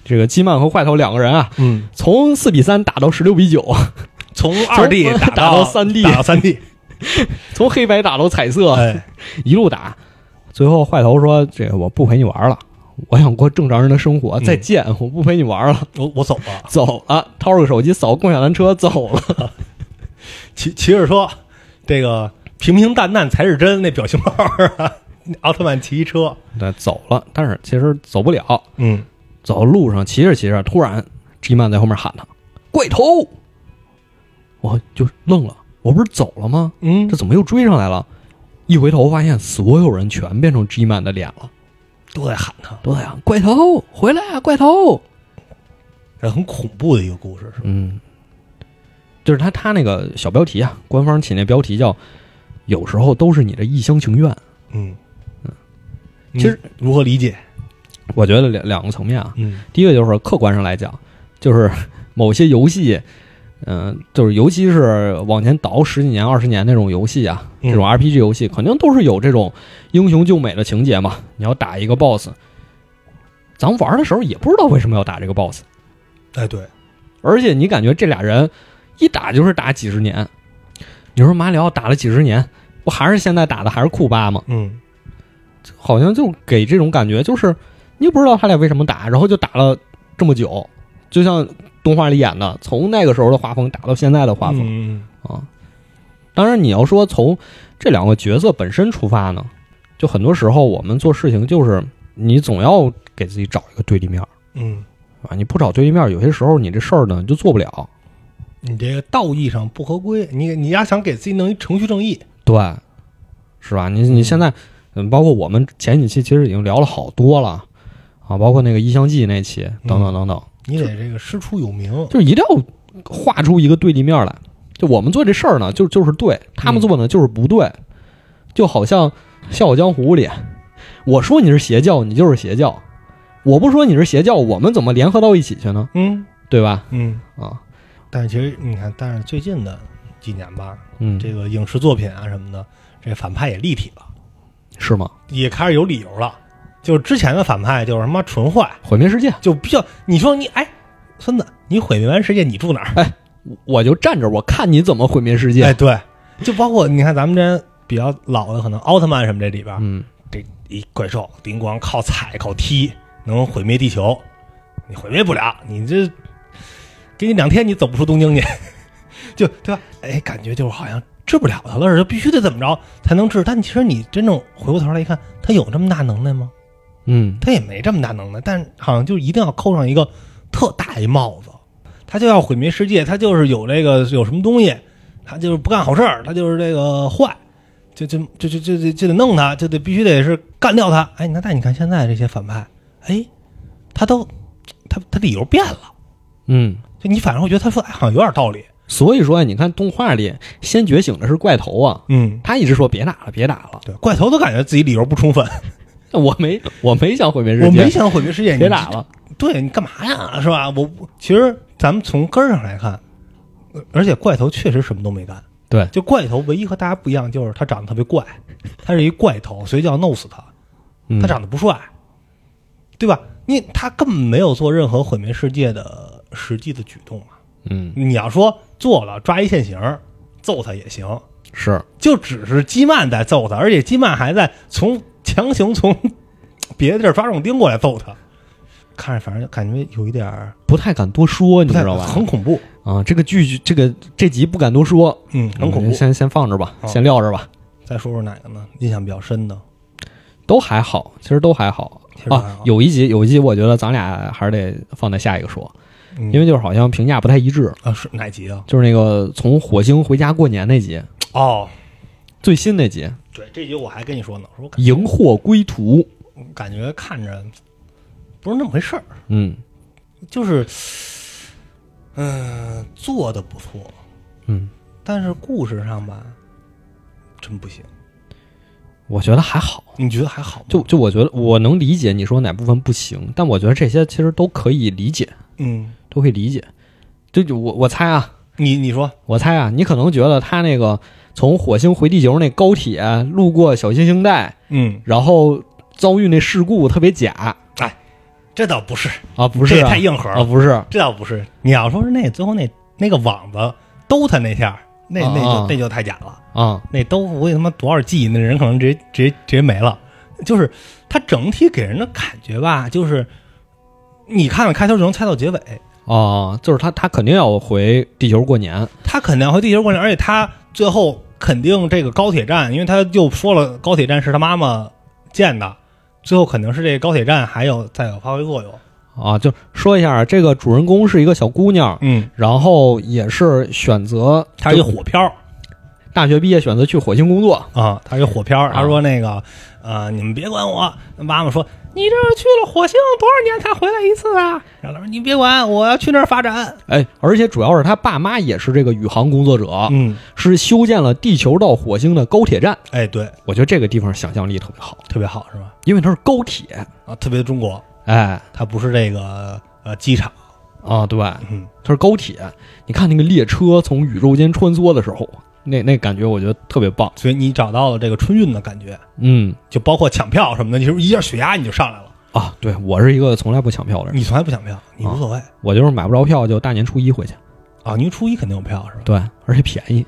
这个基曼和坏头两个人啊，
嗯，
从四比三打到十六比九，
从二 D
从
打
打到
到
三 D
打到三 D，
从黑白打到彩色，
哎，
一路打，最后坏头说：“这个我不陪你玩了，我想过正常人的生活，
嗯
再见，我不陪你玩了，
我我走啊了，
走了，掏出手机扫共享单车走了。
骑骑着车，这个平平淡淡才是真，那表情包儿啊， 奥特曼骑一车，”
对， 走了，但是其实走不了，
嗯，
走路上骑着骑着，突然 G 曼在后面喊他：“怪头！”我就愣了，我不是走了吗？
嗯
这，怎么又追上来了？一回头发现所有人全变成 G 曼的脸了，
都在喊他，
都在喊：“啊怪头，回来啊，怪头！”
这很恐怖的一个故事，是吧
嗯，就是他他那个小标题啊，官方起那标题叫“有时候都是你的一厢情愿
嗯嗯，
其实
如何理解？”。
我觉得两两个层面啊，
嗯
第一个就是客观上来讲，就是 某些游戏，嗯、就是尤其是往前倒十几年、二十年那种游戏啊，
嗯
这种 RPG 游戏肯定都是有这种英雄救美的情节嘛。你要打一个 BOSS，咱们玩的时候也不知道为什么要打这个 BOSS，
哎，对，
而且你感觉这俩人一打就是打几十年。你说马里奥打了几十年，不还是现在打的还是库巴吗？
嗯，
好像就给这种感觉，就是你也不知道他俩为什么打，然后就打了这么久，就像动画里演的，从那个时候的画风打到现在的画风、
嗯
啊。当然，你要说从这两个角色本身出发呢，就很多时候我们做事情就是你总要给自己找一个对立面儿
嗯，
啊，你不找对立面儿，有些时候你这事儿呢就做不了。
你这个道义上不合规，你你丫想给自己弄一程序正义，
对，是吧？你你现在，嗯，包括我们前几期其实已经聊了好多了啊，包括那个《异乡记》那期等等等等，
你得这个师出有名，
就是一定要画出一个对立面来。就我们做这事儿呢，就就是对；他
嗯
们做呢，就是不对。就好像《笑傲江湖》里，我说你是邪教，你就是邪教；我不说你是邪教，我们怎么联合到一起去呢？
嗯
对吧？
嗯。
啊，
但是其实你看，但是最近的几年吧，
嗯，
这个影视作品啊什么的，这反派也立体了，
是吗？
也开始有理由了。就是之前的反派就是他妈纯坏，
毁灭世界，
就比较你说你哎，孙子，你毁灭完世界你住哪儿？
我就站这儿，我看你怎么毁灭世界。
哎，对，就包括你看咱们这比较老的，可能奥特曼什么这里边，
嗯，
这一怪兽叮咣靠踩靠踢能毁灭地球，你毁灭不了，你这给你两天你走不出东京去， 就对吧？哎，感觉就是好像治不了他了，就必须得怎么着才能治。但其实你真正回过头来一看，他有这么大能耐吗？
嗯，
他也没这么大能耐，但好像就一定要扣上一个特大一帽子，他就要毁灭世界，他就是有这个有什么东西，他就是不干好事儿，他就是这个坏，就就就就就就就得弄他，就得必须得是干掉他。哎，那但你看现在这些反派，哎，他都他他理由变了，
嗯。
就你反而会觉得他说哎好像有点道理，
所以说，你看动画里先觉醒的是怪头啊，
嗯，
他一直说别打了，别打了，
对，怪头都感觉自己理由不充分，
我没我没想毁灭世界，
我没想毁灭世界，
别
你
打了，
对你干嘛呀？是吧？我我其实咱们从根儿上来看，呃而且怪头确实什么都没干。
对
就怪头唯一和大家不一样，就是他长得特别怪，他是一怪头，所以就要弄死他。
嗯
他长得不帅，对吧？你他根本没有做任何毁灭世界的实际的举动啊！
嗯
你要说做了抓一现行，揍他也行，
是
就只是基曼在揍他，而且基曼还在从强行从别的地儿发壮丁过来揍他。看着反正感觉有一点儿
不太敢多说，你
不
知
太
道吧？
很恐怖，
啊，这个剧这个这集不敢多说，
嗯，很恐
嗯
怖。
先先放着吧，
啊
先撂着吧，
再说说哪个呢？印象比较深的
都还好，其实都还好
其实还
啊
好。
有一集有一集，我觉得咱俩还是得放在下一个说，
嗯
因为就是好像评价不太一致，
啊是哪集啊？
就是那个从火星回家过年那集，
哦，
最新那集《
对，这集我还跟你说呢，我说我感
荧惑归途》，
感觉看着不是那么回事儿，
嗯
就是嗯、做的不错，
嗯，
但是故事上吧真不行。
我觉得还好。
你觉得还好吗？
就就我觉得我能理解你说哪部分不行，但我觉得这些其实都可以理解，
嗯，
都可以理解。这就我我猜啊，
你你说
我猜啊，你可能觉得他那个从火星回地球那高铁路过小行星带，
嗯，
然后遭遇那事故特别假
这倒不是，哦
啊，不
这
是
也
啊
太硬核了
啊，不是
这倒不是。你要说是那最后那那个网子兜他那下儿，那那
啊啊
就那就太假了。
啊，
那兜我也他妈多少记，那人可能直接直接直接没了。就是它整体给人的感觉吧，就是你看了开头就能猜到结尾，
哦，就是他他肯定要回地球过年，
他肯定和地球关联，而且他最后肯定这个高铁站，因为他又说了高铁站是他妈妈建的，最后肯定是这个高铁站还有再有发挥作用。
啊，就说一下啊，这个主人公是一个小姑娘，
嗯，
然后也是选择
他是一火漂
大学毕业选择去火星工作，
啊，他是一火漂，
啊
他说那个呃，你们别管我，妈妈说你这去了火星多少年才回来一次啊？然后他说你别管，我要去那儿发展。
哎，而且主要是他爸妈也是这个宇航工作者，
嗯，
是修建了地球到火星的高铁站。
哎，对，
我觉得这个地方想象力特别好，
特别好是吧？
因为它是高铁。
啊，特别中国，
哎，
它不是这个呃机场，
啊，对，
嗯，
它是高铁。你看那个列车从宇宙间穿梭的时候，那那感觉我觉得特别棒。
所以你找到了这个春运的感觉，
嗯，
就包括抢票什么的，你是不是一下血压你就上来了？
啊，对我是一个从来不抢票的人，
你从来不抢票，你无所谓
我就是买不着票就大年初一回去。
啊，你初一肯定有票是吧？
对，而且便宜。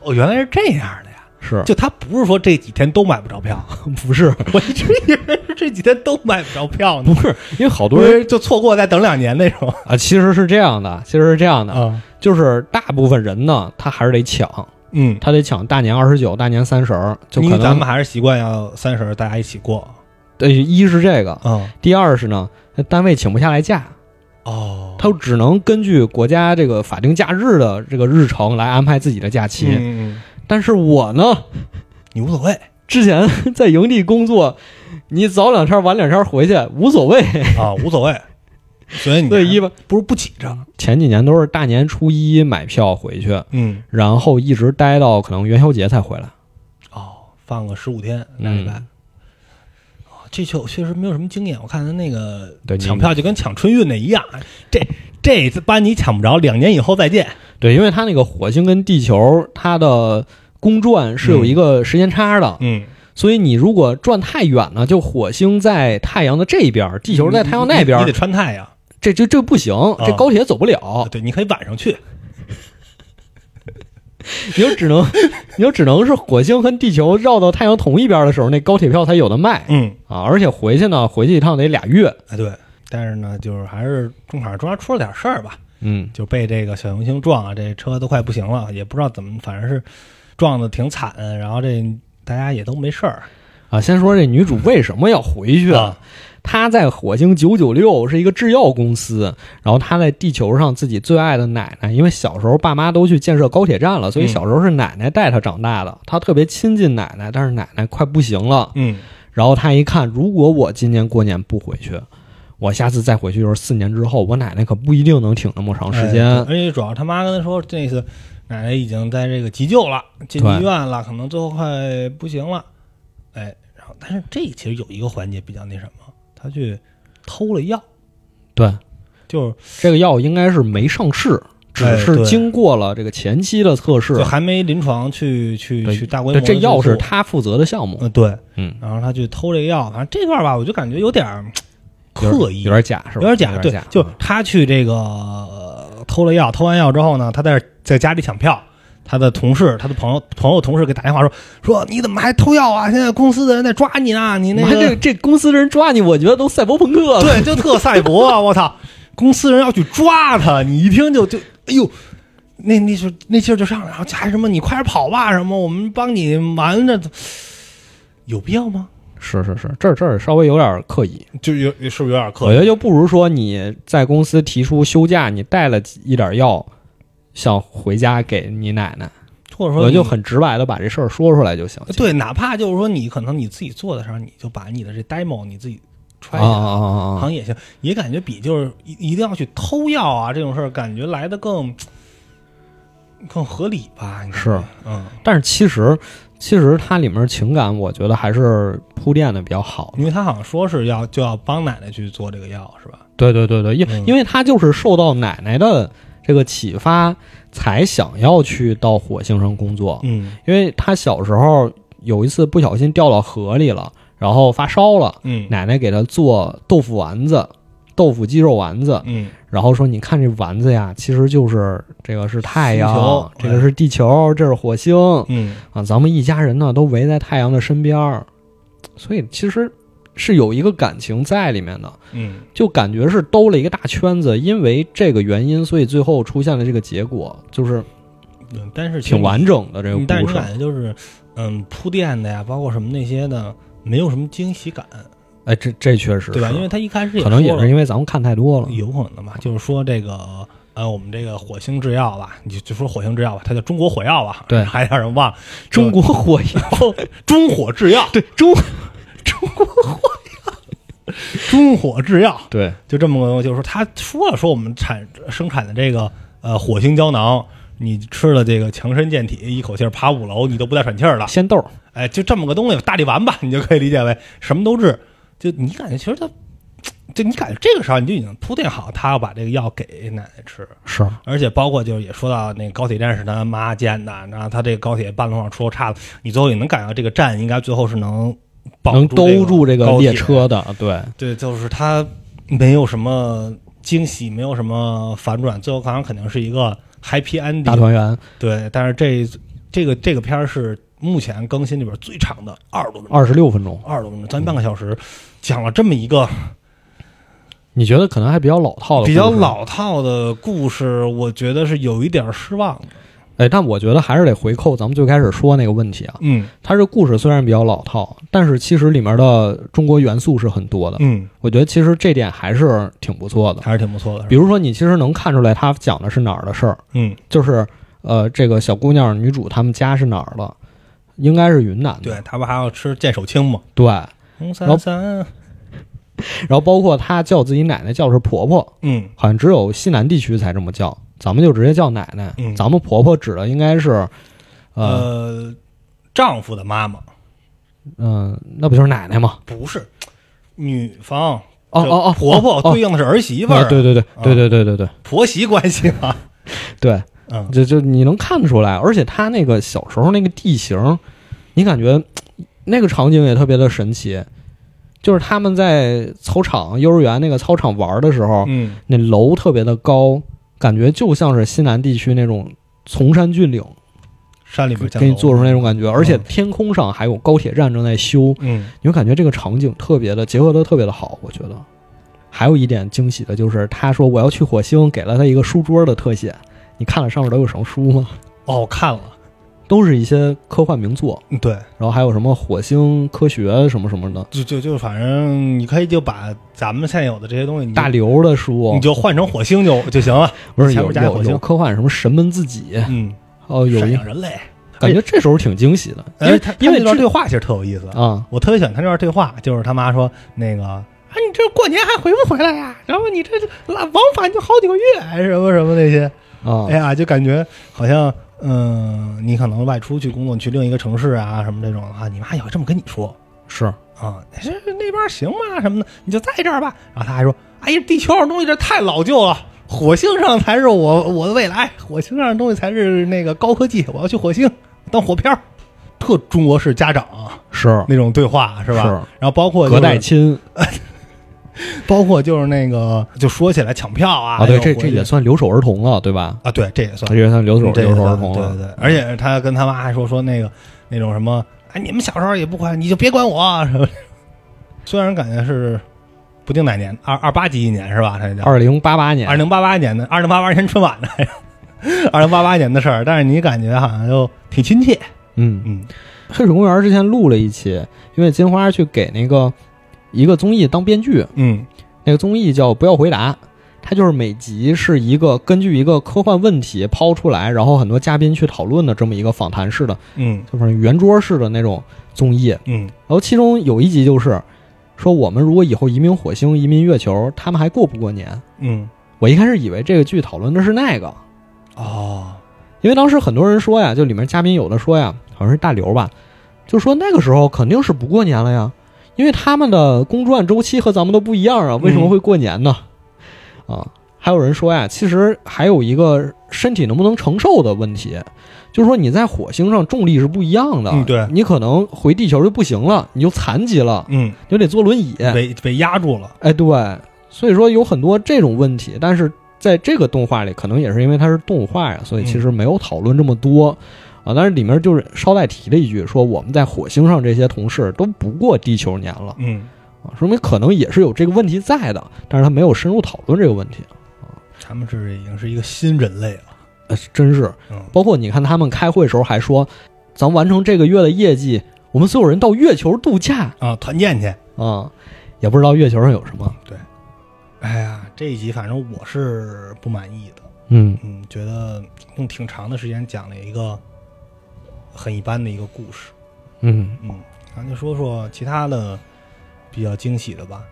哦，原来是这样的呀，
是，
就他不是说这几天都买不着票，
不是
我一直以为是这几天都买不着票呢
不，是，因为好
不
多人
是就错过再等两年那种
啊，其实是这样的，其实是这样的，
啊，
就是大部分人呢，他还是得抢，
嗯，
他得抢大年二十九、大年三十儿，就可
因为
能
咱们还是习惯要三十儿大家一起过
呃，一是这个，
啊，
第二是呢，那单位请不下来假，
哦，
他只能根据国家这个法定假日的这个日程来安排自己的假期。
嗯，嗯嗯
但是我呢，
你无所谓
之前 在营地工作，你早两天晚两天回去无 所谓，
啊，无所谓，所以你
对一吧。
不是不紧张，
前几年都是大年初一买票回去，
嗯，
然后一直待到可能元宵节才回来。
哦，放个十五天俩礼
嗯
拜。哦这确确实没有什么经验，我看他那个
对你
抢票就跟抢春运那一样，这这次班你抢不着，两年以后再见。
对，因为它那个火星跟地球它的公转是有一个时间差的，
嗯，
所以你如果转太远呢，就火星在太阳的这一边儿，地球在太阳那边
你
儿
你，得啊穿太阳。
这这这不行，这高铁走不了，
对，你可以晚上去。
你就只能你就只能是火星和地球绕到太阳同一边儿的时候，那高铁票才有的卖
嗯，
啊！而且回去呢，回去一趟得俩月，
哎对，但是呢，就是还是中场中间出了点事儿吧，
嗯
就被这个小行星撞啊，这车都快不行了，也不知道怎么，反正是撞的挺惨，然后这大家也都没事儿。
啊。先说这女主为什么要回去
啊？
她在火星九九六是一个制药公司，然后她在地球上自己最爱的奶奶，因为小时候爸妈都去建设高铁站了，所以
嗯
小时候是奶奶带她长大的，她特别亲近奶奶，但是奶奶快不行了，
嗯，
然后他一看，如果我今年过年不回去，我下次再回去就是四年之后，我奶奶可不一定能挺那么长时间。
哎而且主要他妈跟他说，这次奶奶已经在这个急救了，进
对
医院了，可能最后快不行了。哎，然后但是这其实有一个环节比较那什么，他去偷了药，
对，
就是
这个药应该是没上市，只
哎
是
对
经过了这个前期的测试
就。还没临床去去
对
哎去大规模
对，
地
这药
去
是
做
他负责的项目，
嗯对，
嗯，
然后他去偷这个药，反正这段吧，我就感觉有点儿
有点
刻意，
有点假是吧？
有点
假，嗯
假，嗯对，就他去这个、呃偷了药，偷完药之后呢，他在在家里抢票，他的同事、他的朋友、朋友同事给打电话说说你怎么还偷药啊？现在公司的人在抓你呢，你那
妈
个
这这公司的人抓你，我觉得都赛博朋克了。
对，就特赛博啊！我操，公司人要去抓他，你一听就就，哎呦，那那就那劲儿就上来，然后还什么你快点跑吧，什么我们帮你瞒着，有必要吗？
是是是，这儿这儿稍微有点刻意，
就有是不是有点
我觉得就不如说你在公司提出休假，你带了一点药，想回家给你奶奶，
或者
我
说
就
你
很直白的把这事儿说出来就行。
对，哪怕就是说你可能你自己做的时候，你就把你的这 demo 你自己揣
啊
一下。
啊啊啊
好
啊！
像也行，也感觉比就是一一定要去偷药啊这种事儿，感觉来的更更合理吧？你感觉
是，
嗯，
但是其实其实它里面情感，我觉得还是铺垫的比较好的。
因为他好像说是要就要帮奶奶去做这个药，是吧？
对对对对，因、
嗯
因为他就是受到奶奶的这个启发，才想要去到火星上工作。
嗯
因为他小时候有一次不小心掉到河里了，然后发烧了，
嗯
奶奶给他做豆腐丸子、豆腐鸡肉丸子，
嗯
然后说：“你看这丸子呀，其实就是这个是太
星球
阳，这个是地球，这是火星
嗯，
啊，咱们一家人呢都围在太阳的身边儿，所以其实是有一个感情在里面的。”
嗯，
就感觉是兜了一个大圈子，因为这个原因，所以最后出现了这个结果，就是
嗯但是其实
挺完整的这个
嗯但是
故
你
事。
感觉就是嗯铺垫的呀，包括什么那些的，没有什么惊喜感，
哎，这这确实
对吧？
是
因为他一开始
可能也
说了
是因为咱们看太多了。
有可能吧，就是说这个呃，我们这个火星制药吧，你就就说火星制药吧，它叫中国火药吧，
对
还让人忘了
中国火药，
中火制药，
对中
中火制药
对
就这么个，就是说他说了说我们产生产的这个呃火星胶囊，你吃了这个强身健体，一口气儿爬五楼，你都不带喘气儿了，
仙豆儿，
哎，就这么个东西，大力丸吧，你就可以理解为什么都治。就你感觉其实他，就你感觉这个时候你就已经铺垫好，他要把这个药给奶奶吃。
是
而且包括就是也说到那个高铁站是他妈建的，然后他这个高铁半路上出岔子，你最后也能感觉到这个站应该最后是能保
能兜住这
高
个
铁
列。车的，对
对，就是他没有什么惊喜，没有什么反转，最后好像肯定是一个 happy
大
ending。
团圆
对，但是这这个这个片儿是目前更新里边最长的二十多分钟，
二十六分钟，
二十多分钟，咱半个小时讲了这么一个
你觉得可能还比较老套的，
比较。老套的故事，我觉得是有一点失望的。
哎，但我觉得还是得回扣咱们最开始说那个问题啊，
嗯
它这故事虽然比较老套，但是其实里面的中国元素是很多的。
嗯，
我觉得其实这点还是挺不错的。
还是挺不错的。是吧
比如说，你其实能看出来他讲的是哪儿的事儿，
嗯，
就是呃，这个小姑娘女主她们家是哪儿的，应该是云南的。
对他不还要吃见手青吗？
对
红三三，
然后包括她叫自己奶奶叫的是婆婆，
嗯
好像只有西南地区才这么叫，咱们就直接叫奶奶。
嗯
咱们婆婆指的应该是，呃
呃，丈夫的妈妈
嗯、那不就是奶奶吗？
不是女方
哦哦哦，
这婆婆
哦
对应的是儿媳妇儿啊
哦，对对对对对对对对
婆媳关系嘛。
对，
嗯
就就你能看出来，而且她那个小时候那个地形，你感觉那个场景也特别的神奇，就是他们在操场、幼儿园那个操场玩的时候，
嗯，
那楼特别的高，感觉就像是西南地区那种崇山峻岭，
山里边
给你做出那种感觉，而且
嗯
天空上还有高铁站正在修，
嗯
你会感觉这个场景特别的结合的特别的好，我觉得。还有一点惊喜的就是，他说我要去火星，给了他一个书桌的特写。你看了上面都有什么书吗？
哦，看了，
都是一些科幻名作，
对，
然后还有什么火星科学什么什么的，
就就就反正你可以就把咱们现有的这些东西，你
大刘的书
你，就换成火星 就就行了。
不是
前
有
面加火
有
星
有科幻什么神门自己，
嗯，
哦，有
闪
一
耀人类，
感觉这时候挺惊喜的，因
哎
为
他他
因为
那段
这
对话其实特有意思。
啊，
我特别喜欢他这段对话，就是他妈说那个啊，你这过年还回不回来呀、然后你这来往返就好几个月，什么什么那些，
啊
哎，呀，就感觉好像嗯、你可能外出去工作，去另一个城市啊，什么这种啊，你妈也会这么跟你说
是
啊，这那边行吗？什么的，你就在这儿吧。然后他还说，哎呀，地球上的东西这太老旧了。火星上才是我我的未来，火星上的东西才是那个高科技，我要去火星当火漂，特中国式家长啊
是
那种对话是吧？
哦是
然后包括、就是、
隔代亲，
包括就是那个，就说起来抢票啊，
啊，对，
还
这
有
这
我
也算留守儿童了，对吧？
啊，对，这也算
这也算留守
这
留守
个
儿童
对
了
对。对，而且他跟他妈还说说那个那种什么，哎，你们小时候也不管，你就别管我啊什么。虽然感觉是不定哪年，二二八几几年是吧？他叫
二零八八年
二，零八八年的，二零八八年春晚的，二零八八年的事儿。但是你感觉好像又挺亲切，
嗯，
嗯
黑水公园之前录了一期，因为金花去给那个一个综艺当编剧，
嗯
那个综艺叫《不要回答》，它就是每集是一个根据一个科幻问题抛出来，然后很多嘉宾去讨论的这么一个访谈式的，
嗯
就是圆桌式的那种综艺。
嗯
然后其中有一集就是说，我们如果以后移民火星、移民月球，他们还过不过年？
嗯，
我一开始以为这个剧讨论的是那个，
哦，
因为当时很多人说呀，就里面嘉宾有的说呀，好像是大刘吧，就说那个时候肯定是不过年了呀，因为他们的公转周期和咱们都不一样啊，为什么会过年呢？啊，还有人说呀，其实还有一个身体能不能承受的问题，就是说你在火星上重力是不一样的，
嗯对
你可能回地球就不行了，你就残疾了，
嗯，
你就得坐轮椅，
被被压住了，
哎，对，所以说有很多这种问题，但是在这个动画里，可能也是因为它是动画呀，所以其实没有讨论这么多、啊。但是里面就是捎带提了一句，说我们在火星上这些同事都不过地球年了
嗯，
啊，说明可能也是有这个问题在的，但是他没有深入讨论这个问题。
他们是已经是一个新人类了，
呃，真是
嗯，
包括你看他们开会时候还说，咱完成这个月的业绩，我们所有人到月球度假
啊，团建去。
啊，也不知道月球上有什么。
哎呀，这一集反正我是不满意的，
嗯
嗯，觉得用挺长的时间讲了一个很一般的一个故事，
嗯
嗯，咱就说说其他的比较惊喜的吧。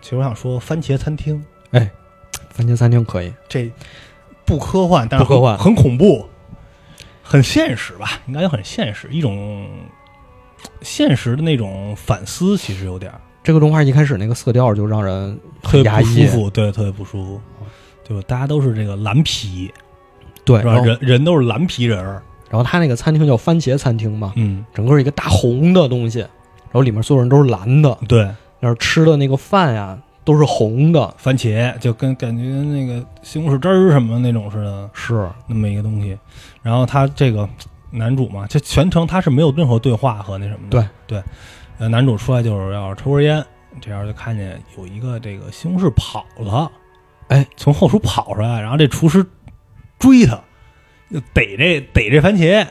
其实我想说番茄餐厅，
番茄餐厅可以，
这不科幻，但是
不科幻
很恐怖，很现实吧？应该很现实，一种现实的那种反思，其实有点儿
这个动画一开始那个色调就让人
特
很
别
压
不舒
抑，
服，对，特别不舒服。对吧？大家都是这个蓝皮，
对，哦
是吧？
然后
人人都是蓝皮人儿，
然后他那个餐厅叫番茄餐厅嘛，
嗯，
整个一个大红的东西，然后里面所有人都是蓝的，
对，
那儿吃的那个饭呀都是红的，
番茄就跟感觉跟那个西红柿汁儿什么那种似的，
是
那么一个东西。然后他这个男主嘛，这全程他是没有任何对话和那什么的。对对，呃，男主出来就是要抽根烟，这样就看见有一个这个西红柿跑了，
哎，
从后厨跑出来，然后这厨师追他，就逮这逮这番茄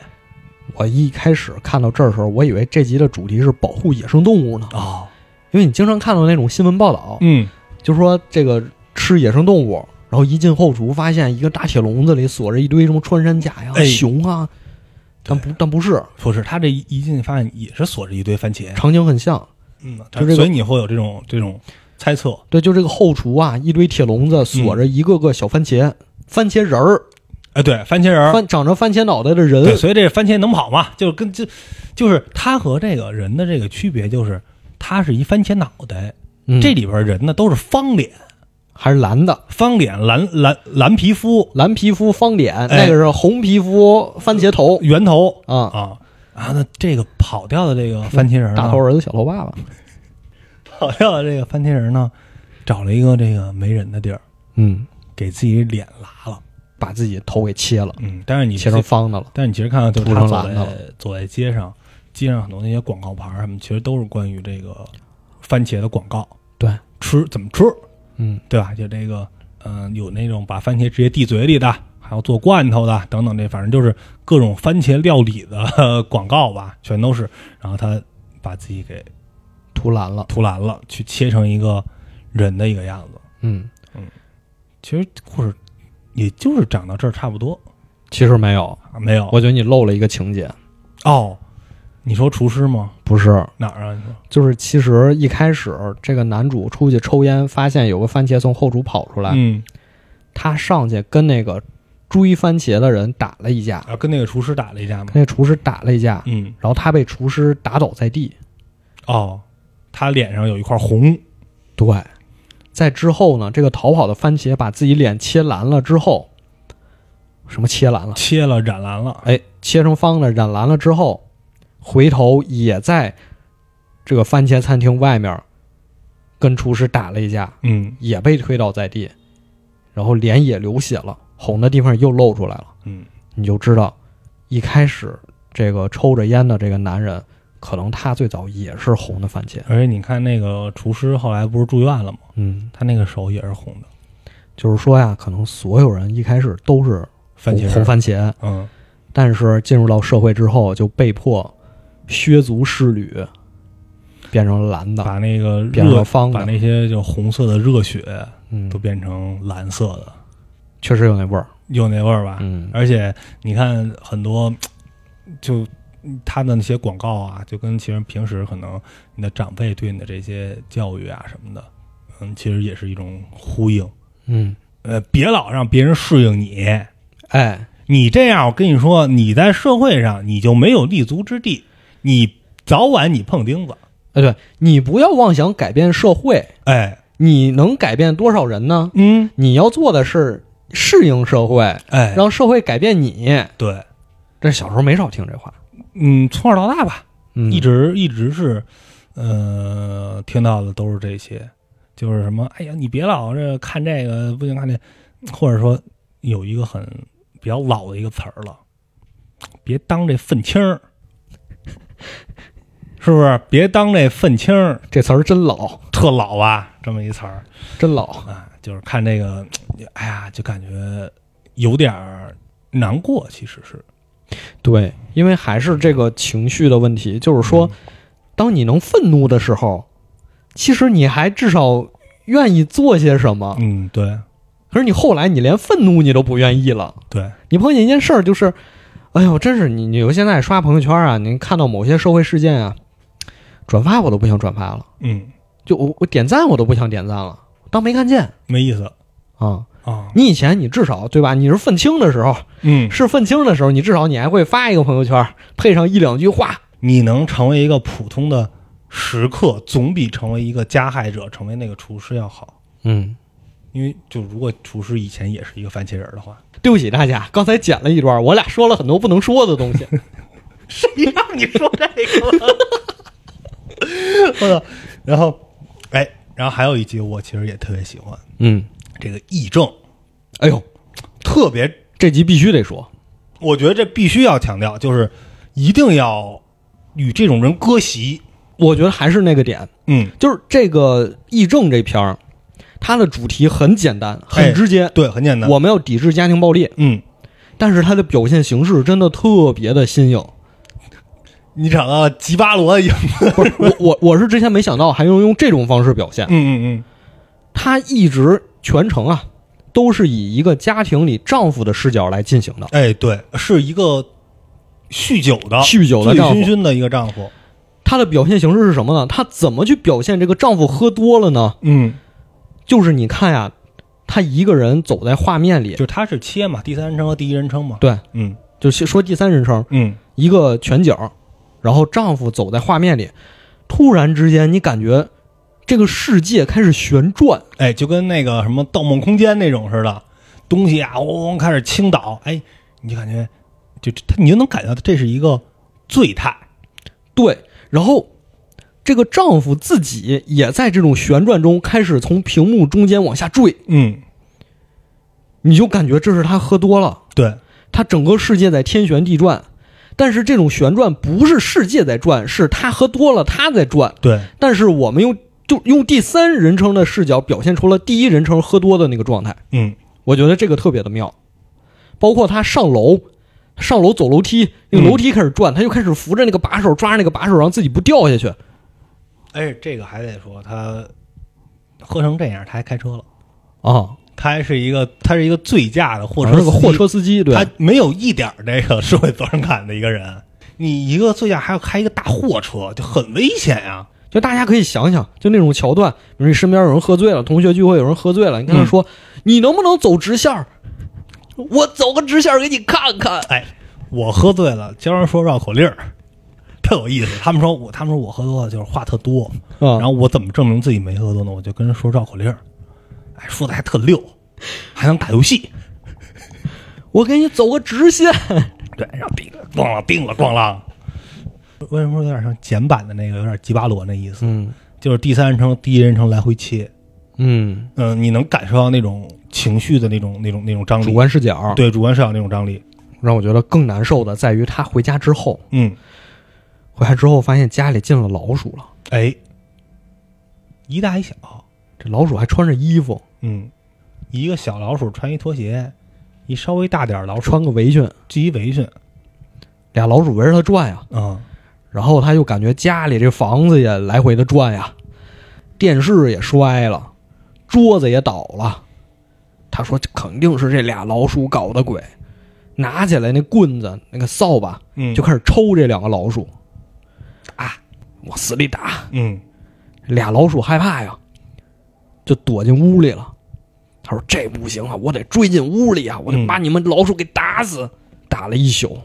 我一开始看到这儿的时候，我以为这集的主题是保护野生动物呢，
哦，
因为你经常看到那种新闻报道，
嗯
就说这个吃野生动物，然后一进后厨发现一个大铁笼子里锁着一堆什么穿山甲呀、
哎
熊啊，但不但不是，
不是，他这一进发现也是锁着一堆番茄，
场景很像。
嗯，
就这个
所以你会有这种这种猜测，
对，就这个后厨啊，一堆铁笼子锁着一个个小番茄、番茄仁儿，
哎，对，番茄仁儿，
番长着番茄脑袋的
对，
人，
所以这番茄能跑吗？就是跟就就是它和这个人的这个区别，就是它是一番茄脑袋，
嗯
这里边人呢都是方脸，
还是蓝的，
方脸蓝蓝蓝皮肤，
蓝皮肤方脸，
哎
那个是红皮肤番茄头
圆头
啊，
啊啊，那这个跑掉的这个番茄人呢，
大头儿子小头爸爸，
跑掉的这个番茄人呢，找了一个这个没人的地儿，
嗯，
给自己脸拉了，
把自己头给切了，
嗯，但是你
切成方的了，
但是你其实看到，就是他
涂成
走
蓝的
在走在街上，街上很多那些广告牌儿什么，其实都是关于这个番茄的广告，
对，
吃怎么吃，
嗯，
对吧？就这个，嗯、有那种把番茄直接递嘴里的，还有做罐头的等等这，反正就是各种番茄料理的 呃广告吧，全都是。然后他把自己给
涂蓝了，
涂蓝了，去切成一个人的一个样子。
嗯，
其实故事也就是讲到这儿差不多，
其实没有，
啊、没有
我觉得你漏了一个情节，
哦。你说厨师吗？
不是，
哪儿啊？你说
就是其实一开始这个男主出去抽烟，发现有个番茄从后厨跑出来，
嗯
他上去跟那个追番茄的人打了一架，
啊，跟那个厨师打了一架吗？
跟那厨师打了一架，
嗯，
然后他被厨师打倒在地。
哦，他脸上有一块红，
对，在之后呢，这个逃跑的番茄把自己脸切蓝了之后，什么切蓝了？
切了染蓝了。
哎，切成方的染蓝了之后，回头也在这个番茄餐厅外面跟厨师打了一架，
嗯
也被推倒在地，然后脸也流血了，红的地方又露出来了。
嗯
你就知道，一开始这个抽着烟的这个男人，可能他最早也是红的番茄。
而且你看那个厨师后来不是住院了吗？
嗯，
他那个手也是红的，
就是说呀，可能所有人一开始都是
番
红
茄番，
红番茄，
嗯
但是进入到社会之后，就被迫削足适履，变成蓝的，
把那个
变成
热
了方
把
的。
那些就红色的热血
嗯
都，啊变成蓝色的，
确实有那味儿。
有那味儿吧？
嗯
而且你看很多，就他的那些广告啊，就跟其实平时可能你的长辈对你的这些教育啊什么的，嗯，其实也是一种呼应。
嗯，
呃，别老让别人适应你，
哎，
你这样，我跟你说，你在社会上你就没有立足之地，你早晚你碰钉子。
哎，对你不要妄想改变社会，
哎，
你能改变多少人呢？
嗯，
你要做的是适应社会，
哎，
让社会改变你。
对，
这小时候没少听这话，
嗯，从小到大吧，
嗯，
一直一直是，呃，听到的都是这些，就是什么，哎呀，你别老这看这个不行看这，或者说有一个很比较老的一个词儿了，别当这愤青儿， 是不是？别当这愤青儿，
这词儿真老，
特老吧，这么一词儿
真老。
啊，就是看这个，哎呀，就感觉有点儿难过，其实是
对，因为还是这个情绪的问题，就是说，当你能愤怒的时候，其实你还至少愿意做些什么。
嗯，对
可是你后来你连愤怒你都不愿意了。
对，
你碰见一件事儿，就是，哎呦，真是你，你现在刷朋友圈啊，你看到某些社会事件啊，转发我都不想转发了，
嗯，
就我我点赞我都不想点赞了，当没看见
没意思
啊。
啊，
你以前你至少对吧？你是愤青的时候，
嗯，
是愤青的时候，你至少你还会发一个朋友圈，配上一两句话，
你能成为一个普通的食客，总比成为一个加害者，成为那个厨师要好。
嗯。
因为就如果厨师以前也是一个番茄人的话，
对不起大家，刚才剪了一段，我俩说了很多不能说的东西。
谁让你说这个了？ 我操！然后，哎，然后还有一集我其实也特别喜欢，
嗯，
这个议政
哎呦，
特别，
这集必须得说。
我觉得这必须要强调，就是一定要与这种人割席。
我觉得还是那个点，
嗯，
就是这个《议政》这篇儿，它的主题很简单，很直接。
对，很简单。
我们要抵制家庭暴力，
嗯，
但是它的表现形式真的特别的新颖。
你找到吉巴罗已经，
不是我我我是之前没想到还能用这种方式表现。
嗯嗯
它一直全程啊，都是以一个家庭里丈夫的视角来进行的
嗯，。哎，对，是一个酗酒的、
酗酒的
醉
丈夫
醺醺的一个丈夫。
它的表现形式是什么呢？它怎么去表现这个丈夫喝多了呢？
嗯，
就是你看呀，他一个人走在画面里
就，是他是切嘛，第三人称和第一人称嘛。
对，
嗯
就说第三人称，
嗯，
一个全景，然后丈夫走在画面里，突然之间你感觉这个世界开始旋转，
哎，就跟那个什么《盗梦空间》那种似的，东西啊，嗡嗡开始倾倒，哎，你就感觉，就他你就能感觉到这是一个醉态。
对，然后这个丈夫自己也在这种旋转中开始从屏幕中间往下坠，
嗯，
你就感觉这是他喝多了，
对，
他整个世界在天旋地转。但是这种旋转不是世界在转，是他喝多了，他在转。
对，
但是我们用就用第三人称的视角表现出了第一人称喝多的那个状态，
嗯，
我觉得这个特别的妙。包括他上楼，上楼走楼梯，那个楼梯开始转，他就开始扶着那个把手，抓着那个把手，让自己不掉下去。
哎，这个还得说，他喝成这样，他还开车了，
啊，
他还是一个，他是一个醉驾的啊货
我
车
是个
司机
货车司机，对
他，没有一点儿这个社会责任感的一个人。你一个醉驾还要开一个大货车，就很危险呀、
就大家可以想想，就那种桥段，比如你身边有人喝醉了，同学聚会有人喝醉了，你跟他说，你能不能走直线啊儿？嗯我走个直线儿给你看看。
哎，我喝醉了，教人说绕口令儿，特有意思。他们说我，他们说我喝多了就是话特多，
啊
然后我怎么证明自己没喝多呢？我就跟人说绕口令儿，哎，说的还特溜，还能打游戏。
我给你走个直线。
对，然后叮了咣啷叮了咣啷。为什么有点像简版的那个，有点吉巴罗那意思？
嗯，
就是第三人称、第一人称来回切，
嗯，
嗯、你能感受到那种情绪的那种、那种、那种张
主
力，
观视角，
对主观视角那种张力，
让我觉得更难受的在于他回家之后，
嗯，
回家之后发现家里进了老鼠了，
哎，一大一小，
这老鼠还穿着衣服，
嗯，一个小老鼠穿一拖鞋，一稍微大点儿老鼠
穿个围裙，
系一围裙，
俩老鼠围着他转呀，
嗯，
然后他就感觉家里这房子也来回的转呀，电视也摔了，桌子也倒了。他说肯定是这俩老鼠搞的鬼，拿起来那棍子、那个扫把
嗯，
就开始抽这两个老鼠，打，往死里打。
嗯
俩老鼠害怕呀，就躲进屋里了。他说这不行啊，我得追进屋里啊，我得
嗯
把你们老鼠给打死。打了一宿，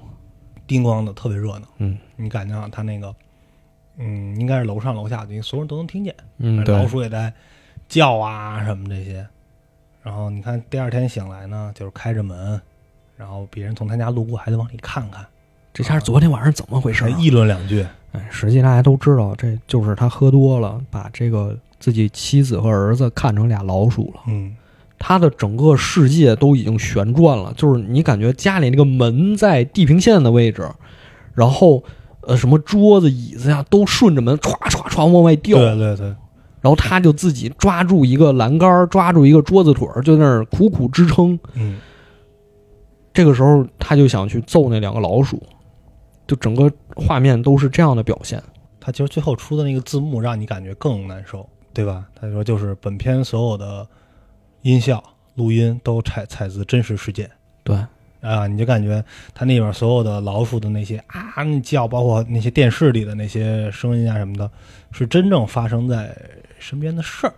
叮咣的特别热闹，
嗯，
你感觉到他那个，嗯，应该是楼上楼下的，所有人都能听见，
嗯
老鼠也在叫啊什么这些。然后你看第二天醒来呢，就是开着门，然后别人从他家路过，还得往里看看，
这家昨天晚上怎么回事、啊？
议论两句。
哎，实际大家都知道，这就是他喝多了，把这个自己妻子和儿子看成俩老鼠了。
嗯
他的整个世界都已经旋转了，就是你感觉家里那个门在地平线的位置，然后呃什么桌子、椅子呀、都顺着门歘歘歘往外掉，
对对对，
然后他就自己抓住一个栏杆儿，抓住一个桌子腿儿，就在那儿苦苦支撑。
嗯
这个时候他就想去揍那两个老鼠，就整个画面都是这样的表现。
他其实最后出的那个字幕让你感觉更难受，对吧？他说就是本片所有的音效录音都采采自真实事件。
对，
啊，你就感觉他那边所有的老鼠的那些啊那叫，包括那些电视里的那些声音啊什么的，是真正发生在身边的事儿。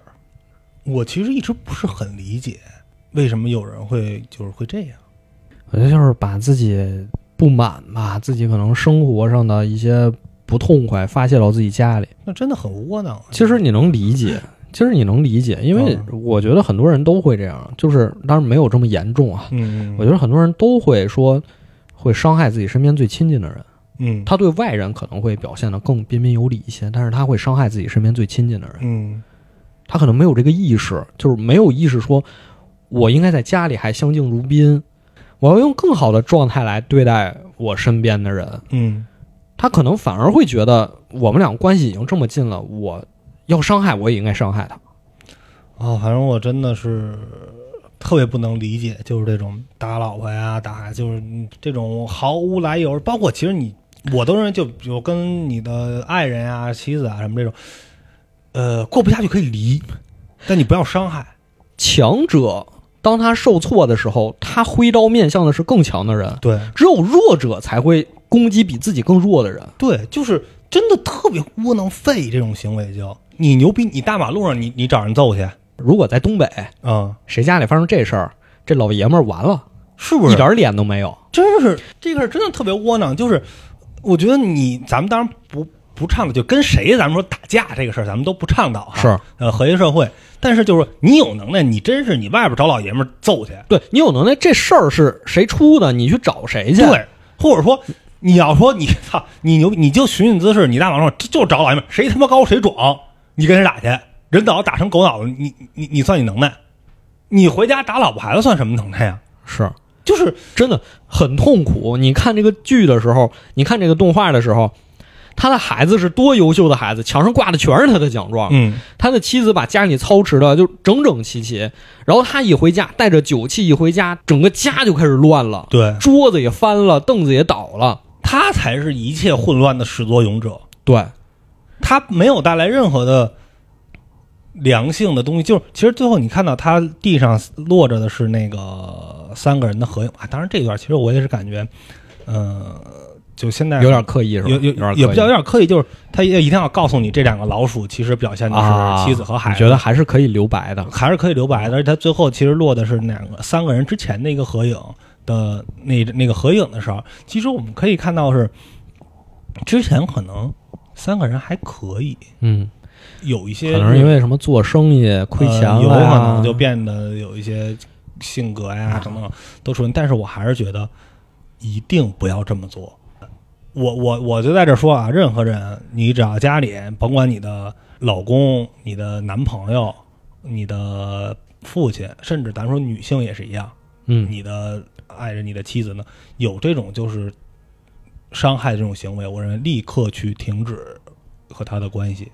我其实一直不是很理解，为什么有人会就是会这样。
我觉得就是把自己不满吧，自己可能生活上的一些不痛快发泄到自己家里。
那真的很窝囊啊。
其实你能理解，其实你能理解，因为我觉得很多人都会这样，就是当然没有这么严重啊。
嗯，嗯，
我觉得很多人都会说，会伤害自己身边最亲近的人。
嗯，
他对外人可能会表现得更彬彬有礼一些，但是他会伤害自己身边最亲近的人。
嗯
他可能没有这个意识，就是没有意识说，我应该在家里还相敬如宾，我要用更好的状态来对待我身边的人。
嗯，
他可能反而会觉得我们俩关系已经这么近了，我要伤害我也应该伤害他。
啊，反正我真的是特别不能理解，就是这种打老婆呀、打孩子，就是这种毫无来由。包括其实你，我都认为就比如跟你的爱人啊、妻子啊什么这种，呃，过不下去可以离，但你不要伤害。
强者当他受挫的时候，他挥刀面向的是更强的人，
对
只有弱者才会攻击比自己更弱的人。
对，就是真的特别窝囊废这种行为就，你牛逼，你大马路上你你找人揍去啊、
如果在东北，
嗯
谁家里发生这事儿，这老爷们儿完了，
是不是？
一点脸都没有。
真是这个事儿真的特别窝囊，就是我觉得你咱们当然不不倡导，就跟谁咱们说打架这个事儿，咱们都不倡导哈，
是
呃和谐社会。但是就是说你有能耐，你真是你外边找老爷们儿揍去，
对你有能耐，这事儿是谁出的，你去找谁去？，
对，或者说你要说你操你牛，你就寻衅滋事，你大马路上就就找老爷们儿，谁他妈高谁壮，你跟谁打去，人脑打成狗脑子，你你你算你能耐，你回家打老婆孩子算什么能耐呀、
是
就是
真的很痛苦。你看这个剧的时候，你看这个动画的时候，他的孩子是多优秀的孩子，墙上挂的全是他的奖状。
嗯
他的妻子把家里操持的就整整齐齐，然后他一回家，带着酒气一回家，整个家就开始乱了，
对，
桌子也翻了，凳子也倒了。
他才是一切混乱的始作俑者。
对，
它没有带来任何的良性的东西。就是其实最后你看到他地上落着的是那个三个人的合影啊。当然这段其实我也是感觉，呃，就现在
有点刻意是吧？
有有
点
也不叫有点
刻
刻意，就是他也一定要告诉你，这两个老鼠其实表现
意
的
啊，
是妻子和孩
你
子。
觉得还是可以留白的。
还是可以留白的，而且他最后其实落的是两个三个人之前的一个合影的那那个合影的时候，其实我们可以看到是之前可能三个人还可以，
嗯，
有一些
可能是因为什么做生意亏钱啊
呃，
了、
有可能就变得有一些性格
嗯
呀等等都出现。但是我还是觉得一定不要这么做。我我我就在这说啊，任何人，你只要家里甭管你的老公、你的男朋友、你的父亲，甚至咱说女性也是一样，
嗯，
你的爱人、你的妻子呢，有这种就是伤害这种行为，我认为立刻去停止和他的关系，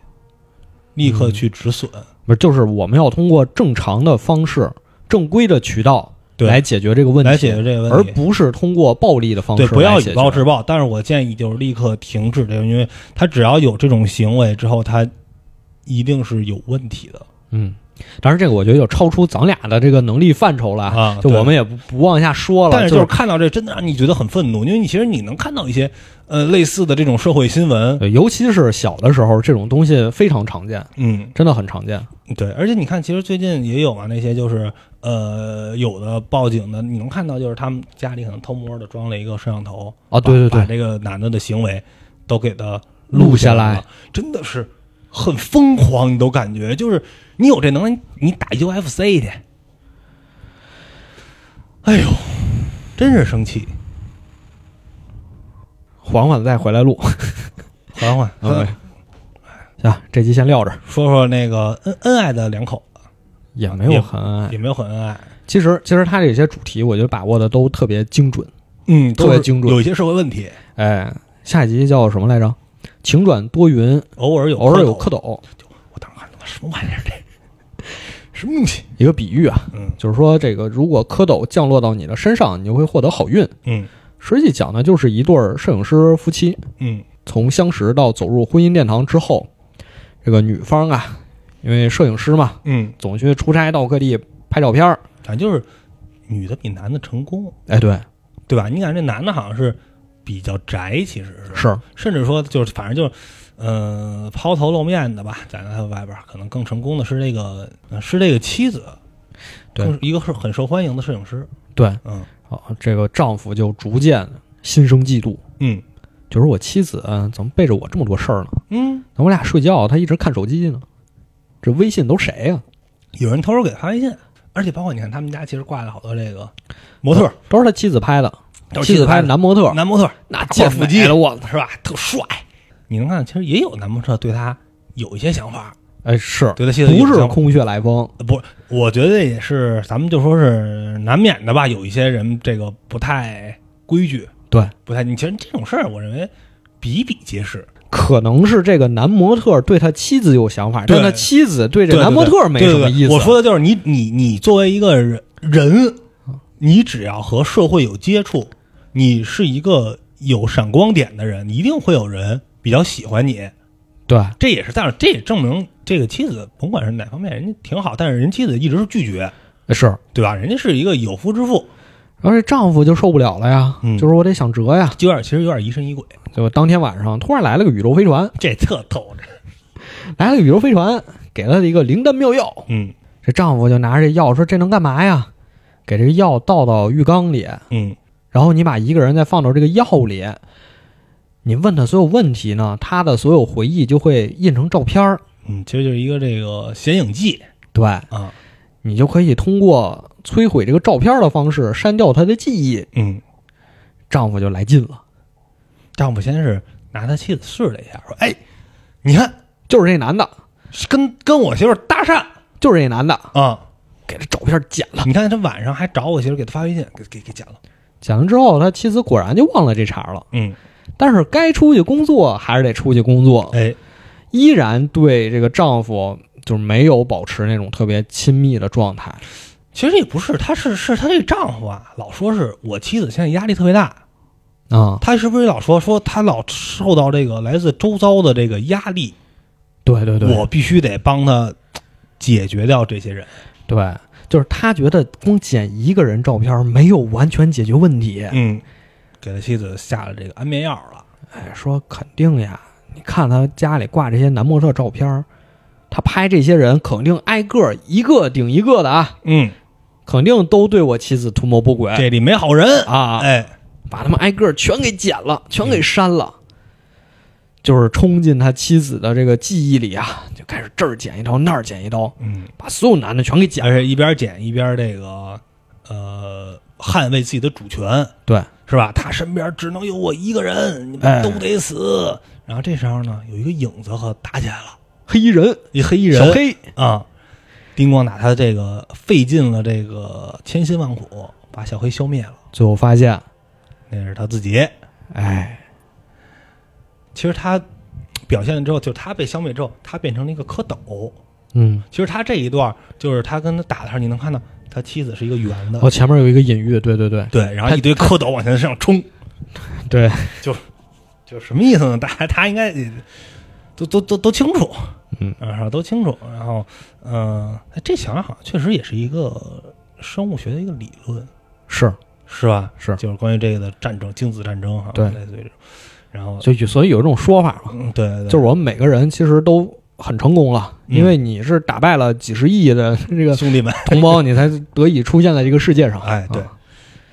立
嗯
刻去止损。
不是，就是我们要通过正常的方式、正规的渠道
对
来解决这个问题，
来解决这个问题
而不是通过暴力的方式
对，
来解决。
不要以暴制暴。但是我建议就是立刻停止这个，因为他只要有这种行为之后，他一定是有问题的
嗯，当然这个我觉得就超出咱俩的这个能力范畴了啊，
啊
就
对
我们也不不往下说了。
但是
就
就是看到这，真的让你觉得很愤怒，因为你其实你能看到一些呃类似的这种社会新闻，
对呃尤其是小的时候，这种东西非常常见，
嗯，
真的很常见。啊
对，而且你看，其实最近也有啊，那些就是呃有的报警的，你能看到就是他们家里可能偷摸的装了一个摄像头
啊
把
对对对
把这个男的的行为都给他
录
下
下来
了，真的是很疯狂，你都感觉就是你有这能耐，你打 UFC 去，哎呦，真是生气，
缓缓再回 来录。
缓缓，
OK，行，这集先撂这儿，
嗯说说那个恩恩爱的两口子，
也没有
也
很恩爱。
也没有很恩爱，
其实其实他这些主题，我觉得把握的都特别精准。
嗯，
特别
都是
精准
有一些社会问题，
哎，下一集叫什么来着？晴转多云，
偶尔有
偶尔有
头
蝌蚪，
我当时看他妈什么玩意儿这，什么东西？
一个比喻啊，
嗯
就是说这个如果蝌蚪降落到你的身上，你就会获得好运。
嗯
实际讲呢，就是一对儿摄影师夫妻
嗯
从相识到走入婚姻殿堂之后，这个女方啊，因为摄影师嘛，
嗯，
总去出差到各地拍照片儿。
反正就是女的比男的成功，
哎，对，
对吧？你感觉这男的好像是比较宅，其实是，
是
甚至说就是反正就是。嗯，抛头露面的吧，在他外边儿可能更成功的是这个，呃是这个妻子，
对
更一个是很受欢迎的摄影师，
对
嗯
啊，这个丈夫就逐渐心生嫉妒，
嗯
就是我妻子、嗯怎么背着我这么多事儿呢？
嗯，
等我俩睡觉，她一直看手机呢，这微信都谁呀、
有人偷偷给他发微信，而且包括你看他们家其实挂了好多这个模特儿，
都是他妻子拍的，
都是
妻
妻
子
子
拍
拍
的
的
男模特，
男模特儿，
那
健
健
腹肌
美了我，
是吧？特帅。你能看，其实也有男模特对他有一些想法，
哎，是
对他现在
不是
有
空穴来风？
不？我觉得也是，咱们就说是难免的吧。有一些人这个不太规矩，
对，
不太。你其实这种事儿，我认为比比皆是。
可能是这个男模特对他妻子有想法，
对
但他妻子对这
对
男模特没
对
什
对
么
对
意思。啊
我说的就是你，你，你作为一个人人，
嗯
你只要和社会有接触，你是一个有闪光点的人，一定会有人比较喜欢你。
对，
这也是，但是这也证明这个妻子，甭管是哪方面，人家挺好，但是人妻子一直是拒绝，
哎是。
对吧？人家是一个有夫之妇，
然后这丈夫就受不了了呀，
嗯
就是我得想辙呀。
就有点其实有点疑神疑鬼，
就当天晚上突然来了个宇宙飞船，
这特逗着。
来了个宇宙飞船，给了一个灵丹妙药。
嗯
这丈夫就拿着这药说：“这能干嘛呀？”给这个药倒到浴缸里，
嗯
然后你把一个人再放到这个药里，你问他所有问题呢，他的所有回忆就会印成照片儿。
嗯，其实就是一个这个显影剂
对
啊，
你就可以通过摧毁这个照片儿的方式删掉他的记忆。
嗯。
丈夫就来劲了，
丈夫先是拿他妻子试了一下，说：“哎，你看，
就是这男的，
跟跟我媳妇儿搭讪
就是这男的，
啊，
给这照片儿剪了，
你看他晚上还找我媳妇儿给他发微信，给给给剪了。
剪了之后，他妻子果然就忘了这茬儿了。
嗯，
但是该出去工作还是得出去工作，
哎，
依然对这个丈夫就是没有保持那种特别亲密的状态。
其实也不是，他是是他这丈夫啊，老说是我妻子现在压力特别大，
啊、
他是不是老说说他老受到这个来自周遭的这个压力，
对对对，
我必须得帮他解决掉这些人。
对，就是他觉得光剪一个人照片儿没有完全解决问题。
嗯，给他妻子下了这个安眠药了。
哎，说肯定呀，你看他家里挂这些男模特照片儿，他拍这些人肯定挨个儿一个顶一个的啊，
嗯，
肯定都对我妻子图谋不轨
这里没好人。
啊，
哎，
把他们挨个儿全给剪了，全
嗯
给删了。就是冲进他妻子的这个记忆里啊，就开始这儿剪一刀，那儿剪一刀，
嗯，
把所有男的全给剪。
而且一边捡一边这个呃捍卫自己的主权，
对，
是吧？他身边只能有我一个人，你
哎
们都得死。然后这时候呢，有一个影子和打起来了。
黑衣人，
一黑衣
小
人
黑，
啊，丁光打他这个费尽了这个千辛万苦把小黑消灭了，
最后发现，
那是他自己。
哎，
其实他表现了之后，就是他被消灭之后，他变成了一个蝌蚪。
嗯，
其实他这一段就是他跟他打的时候，你能看到他妻子是一个圆的，
哦，前面有一个隐喻，对 对对
对，然后一堆蝌蚪往他身上冲，
对，
就是什么意思呢？大 家他应该也都都都都清楚，
嗯
啊，都清楚。然后，嗯、呃，这想想好像确实也是一个生物学的一个理论，
是，
是吧？
是
就是关于这个的战争，精子战争哈，
对
类似于这种。然后，
就有所以有一种说法嘛，
嗯，对，对
就是我们每个人其实都很成功了，
嗯
因为你是打败了几十亿的这个
兄弟们，
同胞，你才得以出现在这个世界 上。
哎对
啊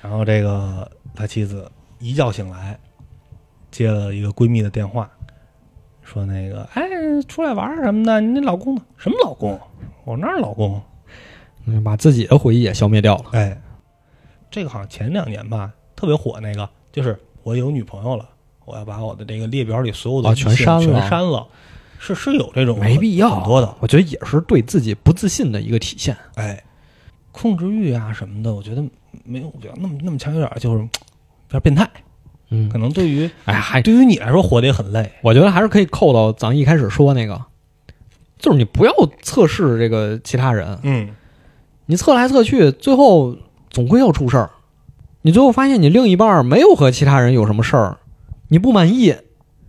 然后这个他妻子一觉醒来，接了一个闺蜜的电话，说那个哎出来玩儿什么的，你那老公呢？什么老公？我哪有老公？
嗯把自己的回忆也消灭掉了。
哎，这个好像前两年吧特别火，那个就是我有女朋友了，我要把我的这个列表里所有的
啊
异性
全删了
全删了，是是有这种
没必要啊
很多的，
我觉得也是对自己不自信的一个体现。
哎，控制欲啊什么的，我觉得没有，我觉得那么那么强，有点就是有点变态，
嗯
可，能对于
哎，还
对于你来说活得也很累。
我觉得还是可以扣到咱一开始说那个，就是你不要测试这个其他人，
嗯，
你测来测去，最后总归要出事儿。你最后发现你另一半儿没有和其他人有什么事儿，你不满意，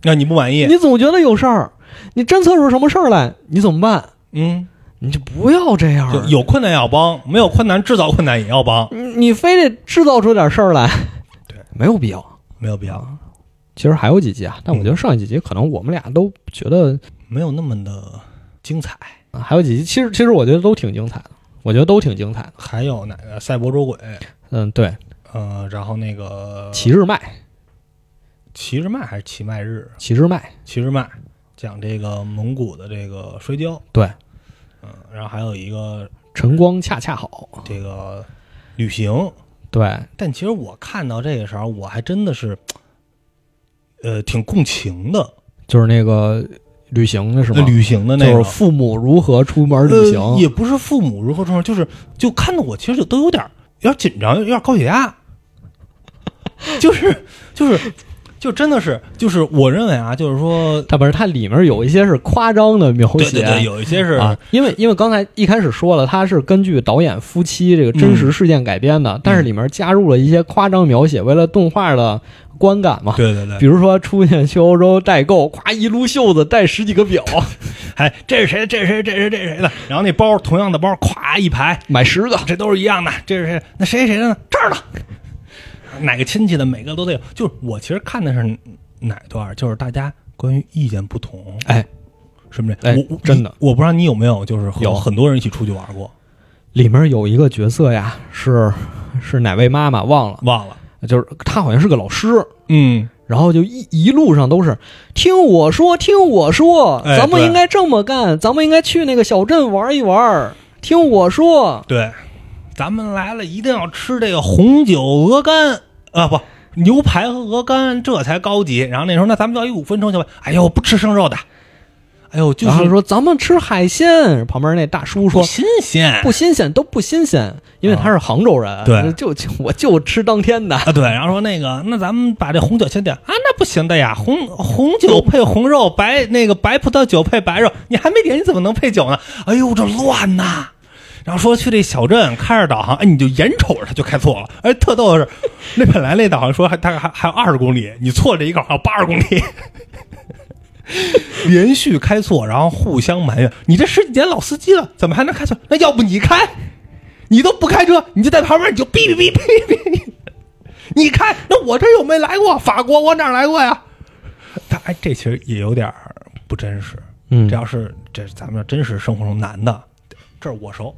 那你不满意？
你总觉得有事儿，你真测出什么事儿来，你怎么办？
嗯，
你就不要这样
就
儿，
有困难要帮，没有困难制造困难也要帮，
你你非得制造出点事儿来，
对，
没有必要。
没有必要，
其实还有几集啊，但我觉得上一几集可能我们俩都觉得
没有那么的精彩。
啊还有几集，其实其实我觉得都挺精彩的，我觉得都挺精彩的。
还有哪个赛博捉鬼？
嗯，对，
呃，然后那个
齐日麦，
齐日麦还是齐麦日？
齐日麦，
齐日麦讲这个蒙古的这个摔跤，
对，
嗯，然后还有一个
晨光恰恰好，
这个旅行。
对，
但其实我看到这个时候，我还真的是，呃，挺共情的。
就是那个旅行的是吗？
旅行的那个
就是父母如何出门旅行，
呃也不是父母如何重要，就是就看得我其实就都有点儿有点儿紧张，有点儿高血压，就是就是就真的是就是我认为啊，就是说
它不是它里面有一些是夸张的描
对
写，
对对，有一些是、
啊，因为因为刚才一开始说了，它是根据导演夫妻这个真
嗯
实事件改编的，但是里面加入了一些夸张描写，为了动画的观感嘛。
对对对
比，如说出去去欧洲代购，夸一撸袖子带十几个 表，
哎，这是谁的？这是谁的？这是谁的这是谁的？然后那包同样的包，咵一排，
买十个，
这都是一样的，这是谁？那谁谁的呢？这儿呢？哪个亲戚的？每个都得有。就是我其实看的是哪段儿？就是大家关于意见不同，
哎，
是不是？
哎
我我
真的
我不知道你有没有，就是和
有
很多人一起出去玩过，
里面有一个角色呀，是是哪位妈妈忘了，
忘了。
就是她好像是个老师，
嗯，
然后就一一路上都是听我说，听我说，
哎
咱们
对
应该这么干，咱们应该去那个小镇玩一玩，听我说，
对，咱们来了一定要吃这个红酒鹅肝啊，不，牛排和鹅肝这才高级。然后那时候，那咱们要一五分钟去吧。哎呦，不吃生肉的。哎呦，就
然后
是
说咱们吃海鲜。旁边那大叔
不
说
新鲜啊
不新鲜，都不新鲜，因为他是杭州人，
对
就就我就吃当天的。
啊。对，然后说那个，那咱们把这红酒先点啊，那不行的呀，红红酒配红肉，白那个白葡萄酒配白肉，你还没点，你怎么能配酒呢？哎呦，这乱呐！然后说去这小镇开着导航，哎，你就眼瞅着他就开错了。哎，特逗的是，那本来那导航说还大概还还有二十公里，你错这一口还有八十公里，连续开错，然后互相埋怨。你这十几年老司机了，怎么还能开错？那要不你开，你都不开车，你就在旁边你就哔哔哔哔哔哔，你开，那我这又没来过法国，我哪来过呀？他哎，这其实也有点儿不真实。
嗯
这要是这咱们要真实生活中男的，这儿我熟。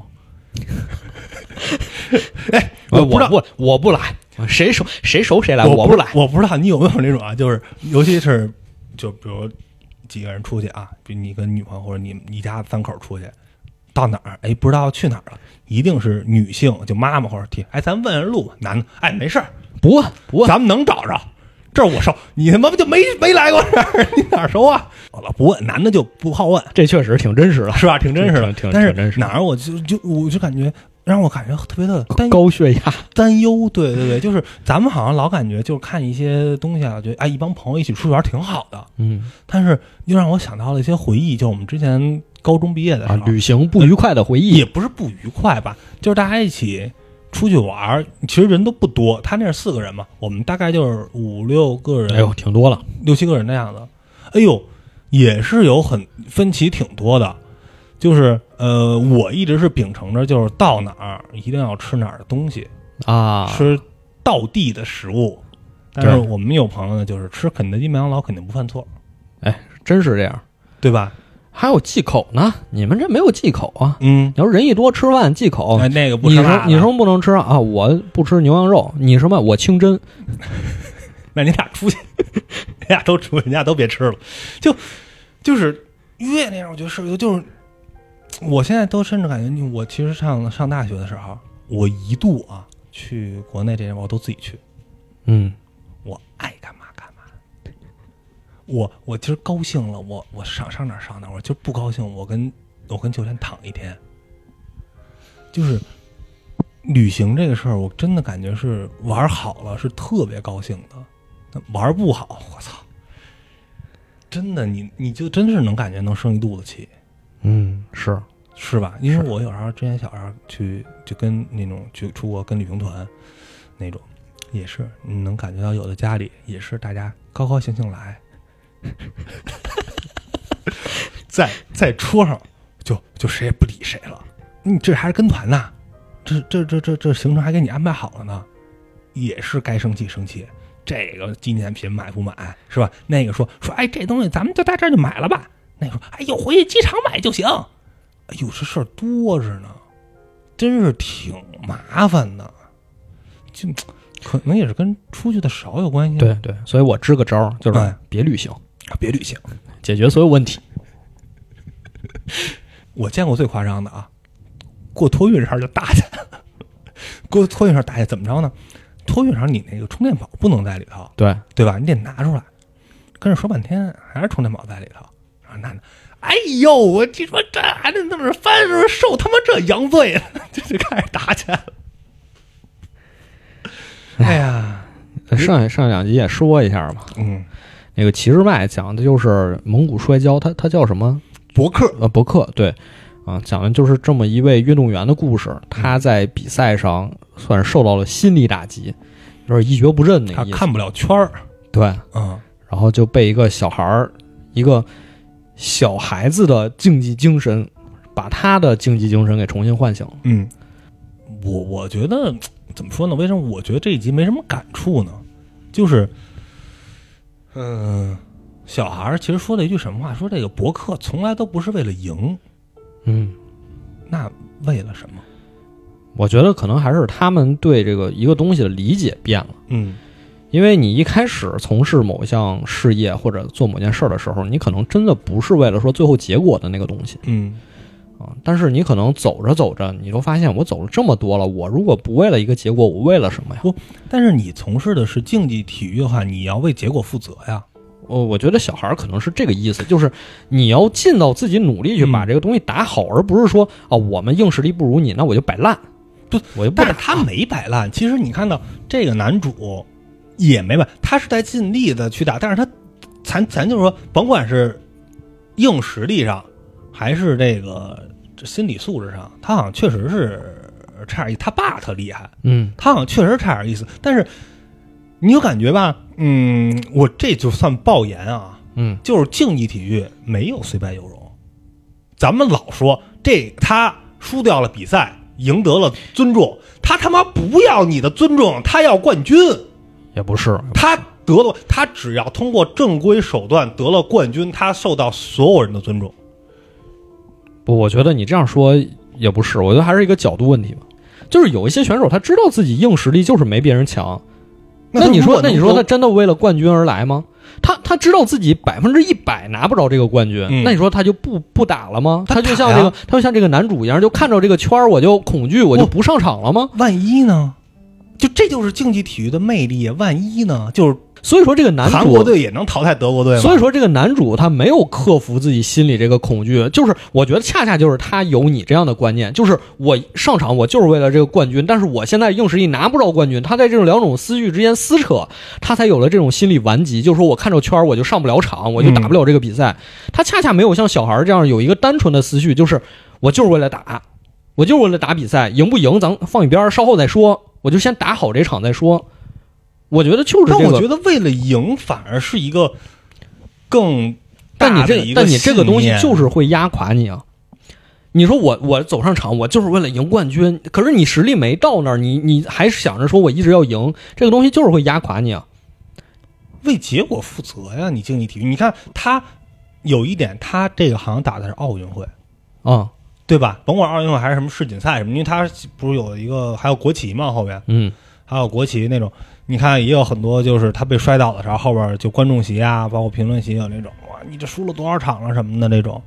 哎，
我
不知道，
不我不来，谁熟谁熟谁来，啊我
不
来。
我不知道你有没有那种啊，就是尤其是就比如几个人出去啊，比如你跟女朋友或者你你家三口出去，到哪儿哎不知道去哪儿了，一定是女性就妈妈或者替哎咱问问路吧，男的哎没事儿，
不问不问，
咱们能找着。这儿我熟，你他妈就没没来过这儿， 你哪儿熟啊？我老不问，男的就不好问，
这确实挺真实的，
是吧？挺真实的，
挺挺
但
挺真实
是
的
哪儿我就就我就感觉让我感觉特别的担
高血压，
担忧，对对对，就是咱们好像老感觉就是看一些东西啊，觉得哎一帮朋友一起出去玩挺好的，
嗯
但是又让我想到了一些回忆，就我们之前高中毕业的时
啊
候，，
旅行不愉快的回忆
也，不是不愉快吧，就是大家一起出去玩儿，其实人都不多，他那是四个人嘛，我们大概就是五六个人，
哎呦，挺多了，
六七个人那样子。哎呦，也是有很分歧挺多的，就是呃，我一直是秉承着就是到哪儿一定要吃哪儿的东西，
啊，
吃道地的食物。但是我们有朋友呢，就是吃肯德基、麦当劳肯定不犯错，
哎真是这样。
对吧？
还有忌口呢，你们这没有忌口啊？
嗯，
你要人一多吃饭忌口，
哎，那个不
哦你
吃
说
辣的
你说不能吃啊？我不吃牛羊肉，你什么？我清真，
那你俩出去， 你俩都出去，你俩都别吃了，就就是越那样，我觉得是就是，我现在都甚至感觉，我其实上上大学的时候，我一度啊去国内这些我都自己去，
嗯，
我爱干嘛干嘛。我我今儿高兴了，我我上上哪儿上哪儿，我今儿不高兴，我跟我跟酒店躺一天。就是旅行这个事儿，我真的感觉是玩好了是特别高兴的，但玩不好，我操！真的，你你就真是能感觉能生一肚子气，
嗯，是，
是吧？因为
是
我有时候之前小时候去就跟那种去出国跟旅行团那种，也是你能感觉到有的家里也是大家高高兴兴来，在在桌上就就谁也不理谁了。你这还是跟团呐？这这这这这行程还给你安排好了呢，也是该生气生气。这个纪念品买不买是吧？那个说说，哎，这东西咱们就在这儿就买了吧。那个说，哎呦，回去机场买就行。哎呦，这事儿多着呢，真是挺麻烦的。就可能也是跟出去的少有关系。
对，对，所以我支个招儿，就是
哎
别旅行，
别旅行。
解决所有问题。
我见过最夸张的啊，过托运上就打起来了。 过托运上打起来怎么着呢？托运上你那个充电宝不能在里头，
对，
对吧？你得拿出来。跟着说半天，还是充电宝在里头。然后男的，哎呦，我你说这还得那么着翻着受他妈这洋罪了， 这就开始打起来了。哎呀，
上一上两集也说一下吧。
嗯，
那个骑士麦讲的就是蒙古摔跤，它它叫什么？
博客，
呃，伯克对，啊、讲的就是这么一位运动员的故事。他在比赛上算是受到了心理打击，有点一蹶不振那
他
个意思。
看不了圈儿，
对，
嗯，
然后就被一个小孩儿，一个小孩子的竞技精神，把他的竞技精神给重新唤醒了。
嗯，我我觉得怎么说呢？为什么我觉得这一集没什么感触呢？就是，嗯、小孩儿其实说了一句什么话？说这个博客从来都不是为了赢，
嗯，
那为了什么？
我觉得可能还是他们对这个一个东西的理解变了。
嗯
因为你一开始从事某项事业或者做某件事儿的时候，你可能真的不是为了说最后结果的那个东西
嗯，
啊，但是你可能走着走着，你就发现我走了这么多了，我如果不为了一个结果，我为了什么呀？
但是你从事的是竞技体育的话，你要为结果负责呀。
我我觉得小孩儿可能是这个意思，就是你要尽到自己努力去
嗯
把这个东西打好，而不是说啊我们硬实力不如你，那我就摆烂，
不，
我就不
但是
打。
他没摆烂。其实你看到这个男主也没摆，他是在尽力的去打，但是他咱咱就是说，甭管是硬实力上，还是这个这心理素质上，他好像确实是差点意思。他爸特厉害，
嗯，
他好像确实差点意思。但是你有感觉吧？嗯，我这就算爆言啊，
嗯，
就是竞技体育没有虽败犹荣。咱们老说这他输掉了比赛，赢得了尊重，他他妈不要你的尊重，他要冠军，
也不是，
他得了，他只要通过正规手段得了冠军，他受到所有人的尊重。
不，我觉得你这样说也不是，我觉得还是一个角度问题吧。就是有一些选手他知道自己硬实力就是没别人强，那
他
你
如
说
果
那你
能
说
得
他真的为了冠军而来吗？他他知道自己百分之一百拿不着这个冠军，
嗯
那你说他就不不打了吗？
他
他就像
打
这
呀
个他就像这个男主一样，就看着这个圈儿我就恐惧，我就不上场了吗？
万一呢？就这就是竞技体育的魅力，万一呢？就是
所以说这个男主
韩国队也能淘汰德国队吗？
所以说，这个男主他没有克服自己心里这个恐惧，就是我觉得恰恰就是他有你这样的观念，就是我上场我就是为了这个冠军，但是我现在硬实力拿不着冠军。他在这种两种思绪之间撕扯，他才有了这种心理顽疾，就是说我看着圈儿我就上不了场，我就打不了这个比赛。他恰恰没有像小孩儿这样有一个单纯的思绪，就是我就是为了打，我就是为了打比赛，赢不赢咱放一边儿，稍后再说，我就先打好这场再说。我觉得就是
但
这
我
个
觉得为了赢反而是一个更
但你
大
这
的
个
一，
但你这个东西
信念
就是会压垮你啊！你说我我走上场，我就是为了赢冠军，可是你实力没到那儿，你你还是想着说我一直要赢，这个东西就是会压垮你啊！
为结果负责呀！你竞技体育，你看他有一点，他这个好像打的是奥运会，
啊，
对吧？甭管奥运会还是什么世锦赛什么，因为他不是有一个还有国旗嘛，后边
嗯
还有国旗那种。你看也有很多，就是他被摔倒的时候，后边就观众席啊，包括评论席有那种哇，你这输了多少场了什么的那种。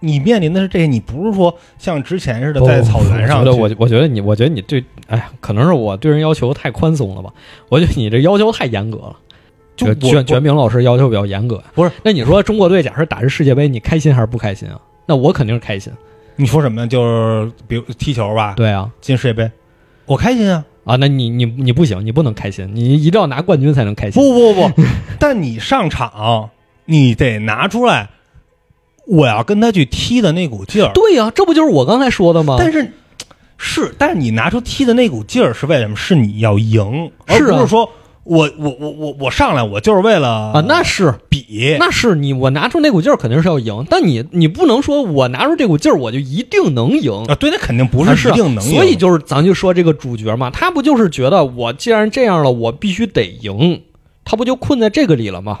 你面临的是这些，你不是说像之前似的在草原上去，
我觉得我我觉得你，我觉得你对，哎呀，可能是我对人要求太宽松了吧？我觉得你这要求太严格了。
就
这
我
卷卷饼老师要求比较严格，
不是？
那你说中国队假设打这世界杯，你开心还是不开心啊？那我肯定是开心。
你说什么呀？就是比如踢球吧，
对啊，
进世界杯，我开心啊，
啊，那你你你不行，你不能开心，你一定要拿冠军才能开心。
不不不， 但你上场，你得拿出来，我要跟他去踢的那股劲儿。
对啊呀、这不就是我刚才说的吗？
但是，是，但是你拿出踢的那股劲儿是为了什么？是你要赢，而
是啊
不是说我我我我我上来我就是为了
啊，那是
比。
那是你我拿出那股劲儿肯定是要赢，但你你不能说我拿出这股劲儿我就一定能赢。
啊，对，那肯定不
啊
是
是
一
啊
定能赢，
所以就是咱就说这个主角嘛，他不就是觉得我既然这样了，我必须得赢，他不就困在这个里了吗？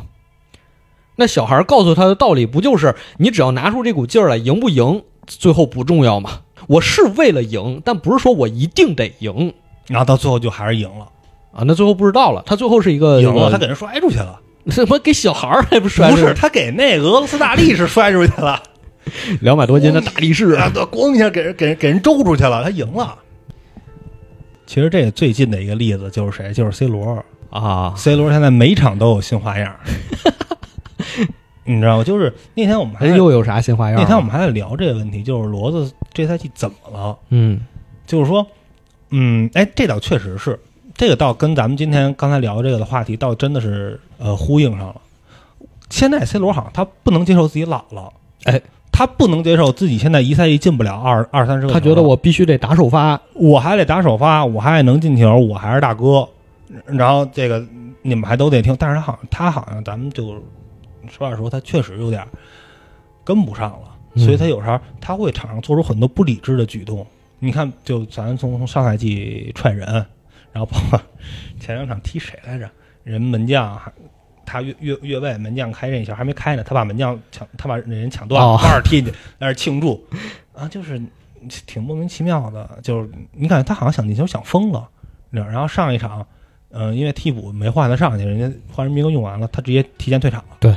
那小孩告诉他的道理不就是你只要拿出这股劲儿来，赢不赢最后不重要吗？我是为了赢，但不是说我一定得赢
然后到最后就还是赢了，
啊。那最后不知道了，他最后是一个呃
赢了，他
这个
给人摔出去了，
什么给小孩儿还不摔
不
出去？
是他给那个俄罗斯大力士摔出去了，
两百多斤的大力 士
啊，对，咣一下给人给人给人周出去了，他赢了。其实这个最近的一个例子就是谁？就是 C 罗
啊！
，C 罗现在每场都有新花 样儿，你知道吗？就是那天我们还
哎，
在
又有啥新花样？
那天我们还在聊这个问题，就是骡子这赛季怎么了？
嗯
就是说，嗯，哎，这倒确实是，这个倒跟咱们今天刚才聊这个的话题倒真的是呃呼应上了。现在 C 罗好像他不能接受自己老了，
哎，
他不能接受自己现在一赛季进不了二二三十个球
他
了，
觉得我必须得打首发，
我还得打首发，我还得能进球，我还是大哥。然后这个你们还都得听，但是他好像他好像咱们就实话实说，他确实有点跟不上了，
嗯
所以他有时候他会场上做出很多不理智的举动。你看，就咱从从上赛季踹人，然后包括 前两场踢谁来着？人门将还他越越越位，门将开任意球还没开呢，他把门将抢，他把人抢断了
哦，
巴尔踢进去，在那儿庆祝啊，就是挺莫名其妙的，就是你感觉他好像想进球想疯了，然后上一场，嗯、因为替补没换他上去，人家换人名额用完了，他直接提前退场了。
对，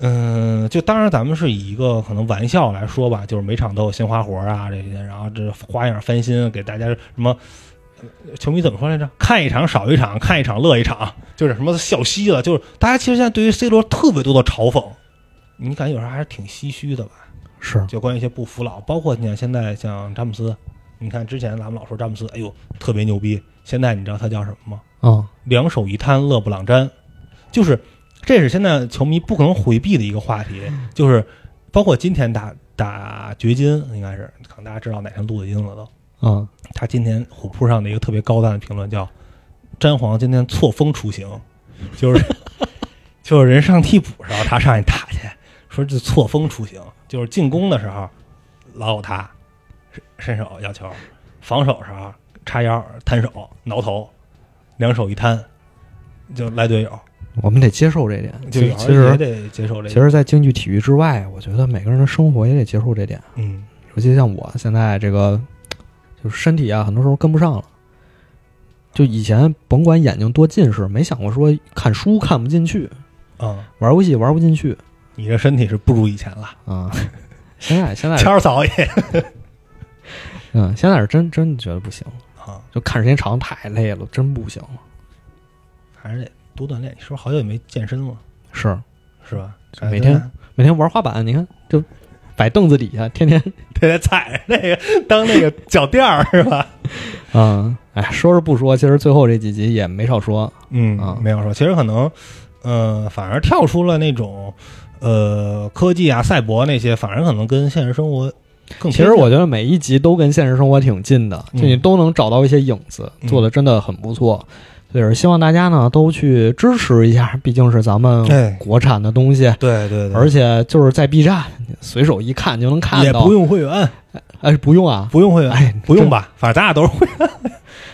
嗯、就当然咱们是以一个可能玩笑来说吧，就是每场都有新花活啊这些，然后这花样翻新，给大家什么。呃球迷怎么说来着？看一场少一场，看一场乐一场，就是什么笑嘻了，就是大家其实现在对于 C 罗特别多的嘲讽，你感觉有时候还是挺唏嘘的吧？
是
就关于一些不服老，包括你看现在像詹姆斯，你看之前咱们老说詹姆斯，哎呦特别牛逼，现在你知道他叫什么吗？
啊，
两手一摊，勒布朗詹，就是这是现在球迷不可能回避的一个话题，就是包括今天打打掘金，应该是可能大家知道哪天录的音了都。
嗯
他今天虎扑上的一个特别高赞的评论叫“詹皇今天错峰出行”，就是 就是人上替补时候他上去打去，说这错峰出行，就是进攻的时候老有他伸手要球，防守时候叉腰摊手挠头，两手一摊就赖队友，
我们得接受这点。
就
其
有
实
时
其
候也
实，
得接受这
其
个，
实在竞技体育之外，我觉得每个人的生活也得接受这点。
嗯，
尤其像我现在这个，就是身体啊，很多时候跟不上了。就以前甭管眼睛多近视，没想过说看书看不进去，
啊，
玩游戏玩不进去
你这身体是不如以前了，
啊。 现在现在
谦儿嫂也
嗯，现在是真真觉得不行了，
啊，
就看时间长太累了，真不行了。
还是得多锻炼。你是不是好久也没健身了？
是
是吧？哎
每天每天玩滑板，你看就摆凳子底下，天 天
对对踩着那个当那个脚垫儿是吧？
嗯，哎，说是不说，其实最后这几集也没少说。啊
嗯，没有说。其实可能，呃，反而跳出了那种呃科技啊、赛博那些，反而可能跟现实生活更
其
贴
实
近
我觉得每一集都跟现实生活挺近的，就
嗯
你都能找到一些影子，
嗯
做的真的很不错。就是希望大家呢都去支持一下，毕竟是咱们
哎
国产的东西，
对对对，
嗯而且就是在 B 站随手一看就能看
也
到
不。用会员，
哎，不用啊，
不用会员，
哎，
不用吧？反正咱俩都是会员，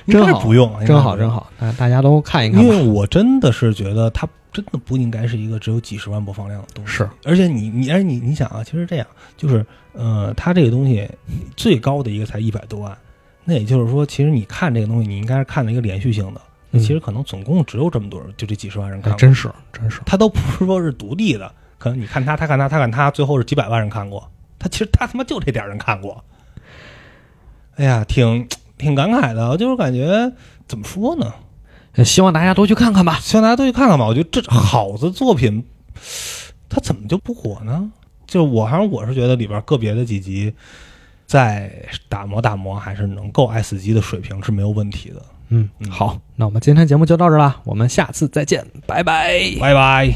应该
真
是
好
不用，应该
真，
是
真
不
好，
用
真。好。哎，大家都看一看
因
吧。
为我真的是觉得它真的不应该是一个只有几十万播放量的东西。
是，
而且你你而你你想啊，其实这样就是呃，它这个东西最高的一个才一百多万，那也就是说，其实你看这个东西，你应该是看的一个连续性的。
嗯
其实可能总共只有这么多人，就这几十万人看
哎，
过，
真是，真是。
它都不是说是独立的，可能你看他，他看他，他看他，最后是几百万人看过，他其实他他妈就这点人看过。哎呀，挺挺感慨的，啊就是感觉怎么说呢？
呃希望大家多去看看吧。
希望大家都去看看吧。我觉得这好的作品，它怎么就不火呢？就我还是我是觉得里边个别的几集，在打磨打磨，还是能够爱死机的水平是没有问题的。
嗯嗯，好，那我们今天节目就到这儿啦，我们下次再见，拜拜。
拜拜。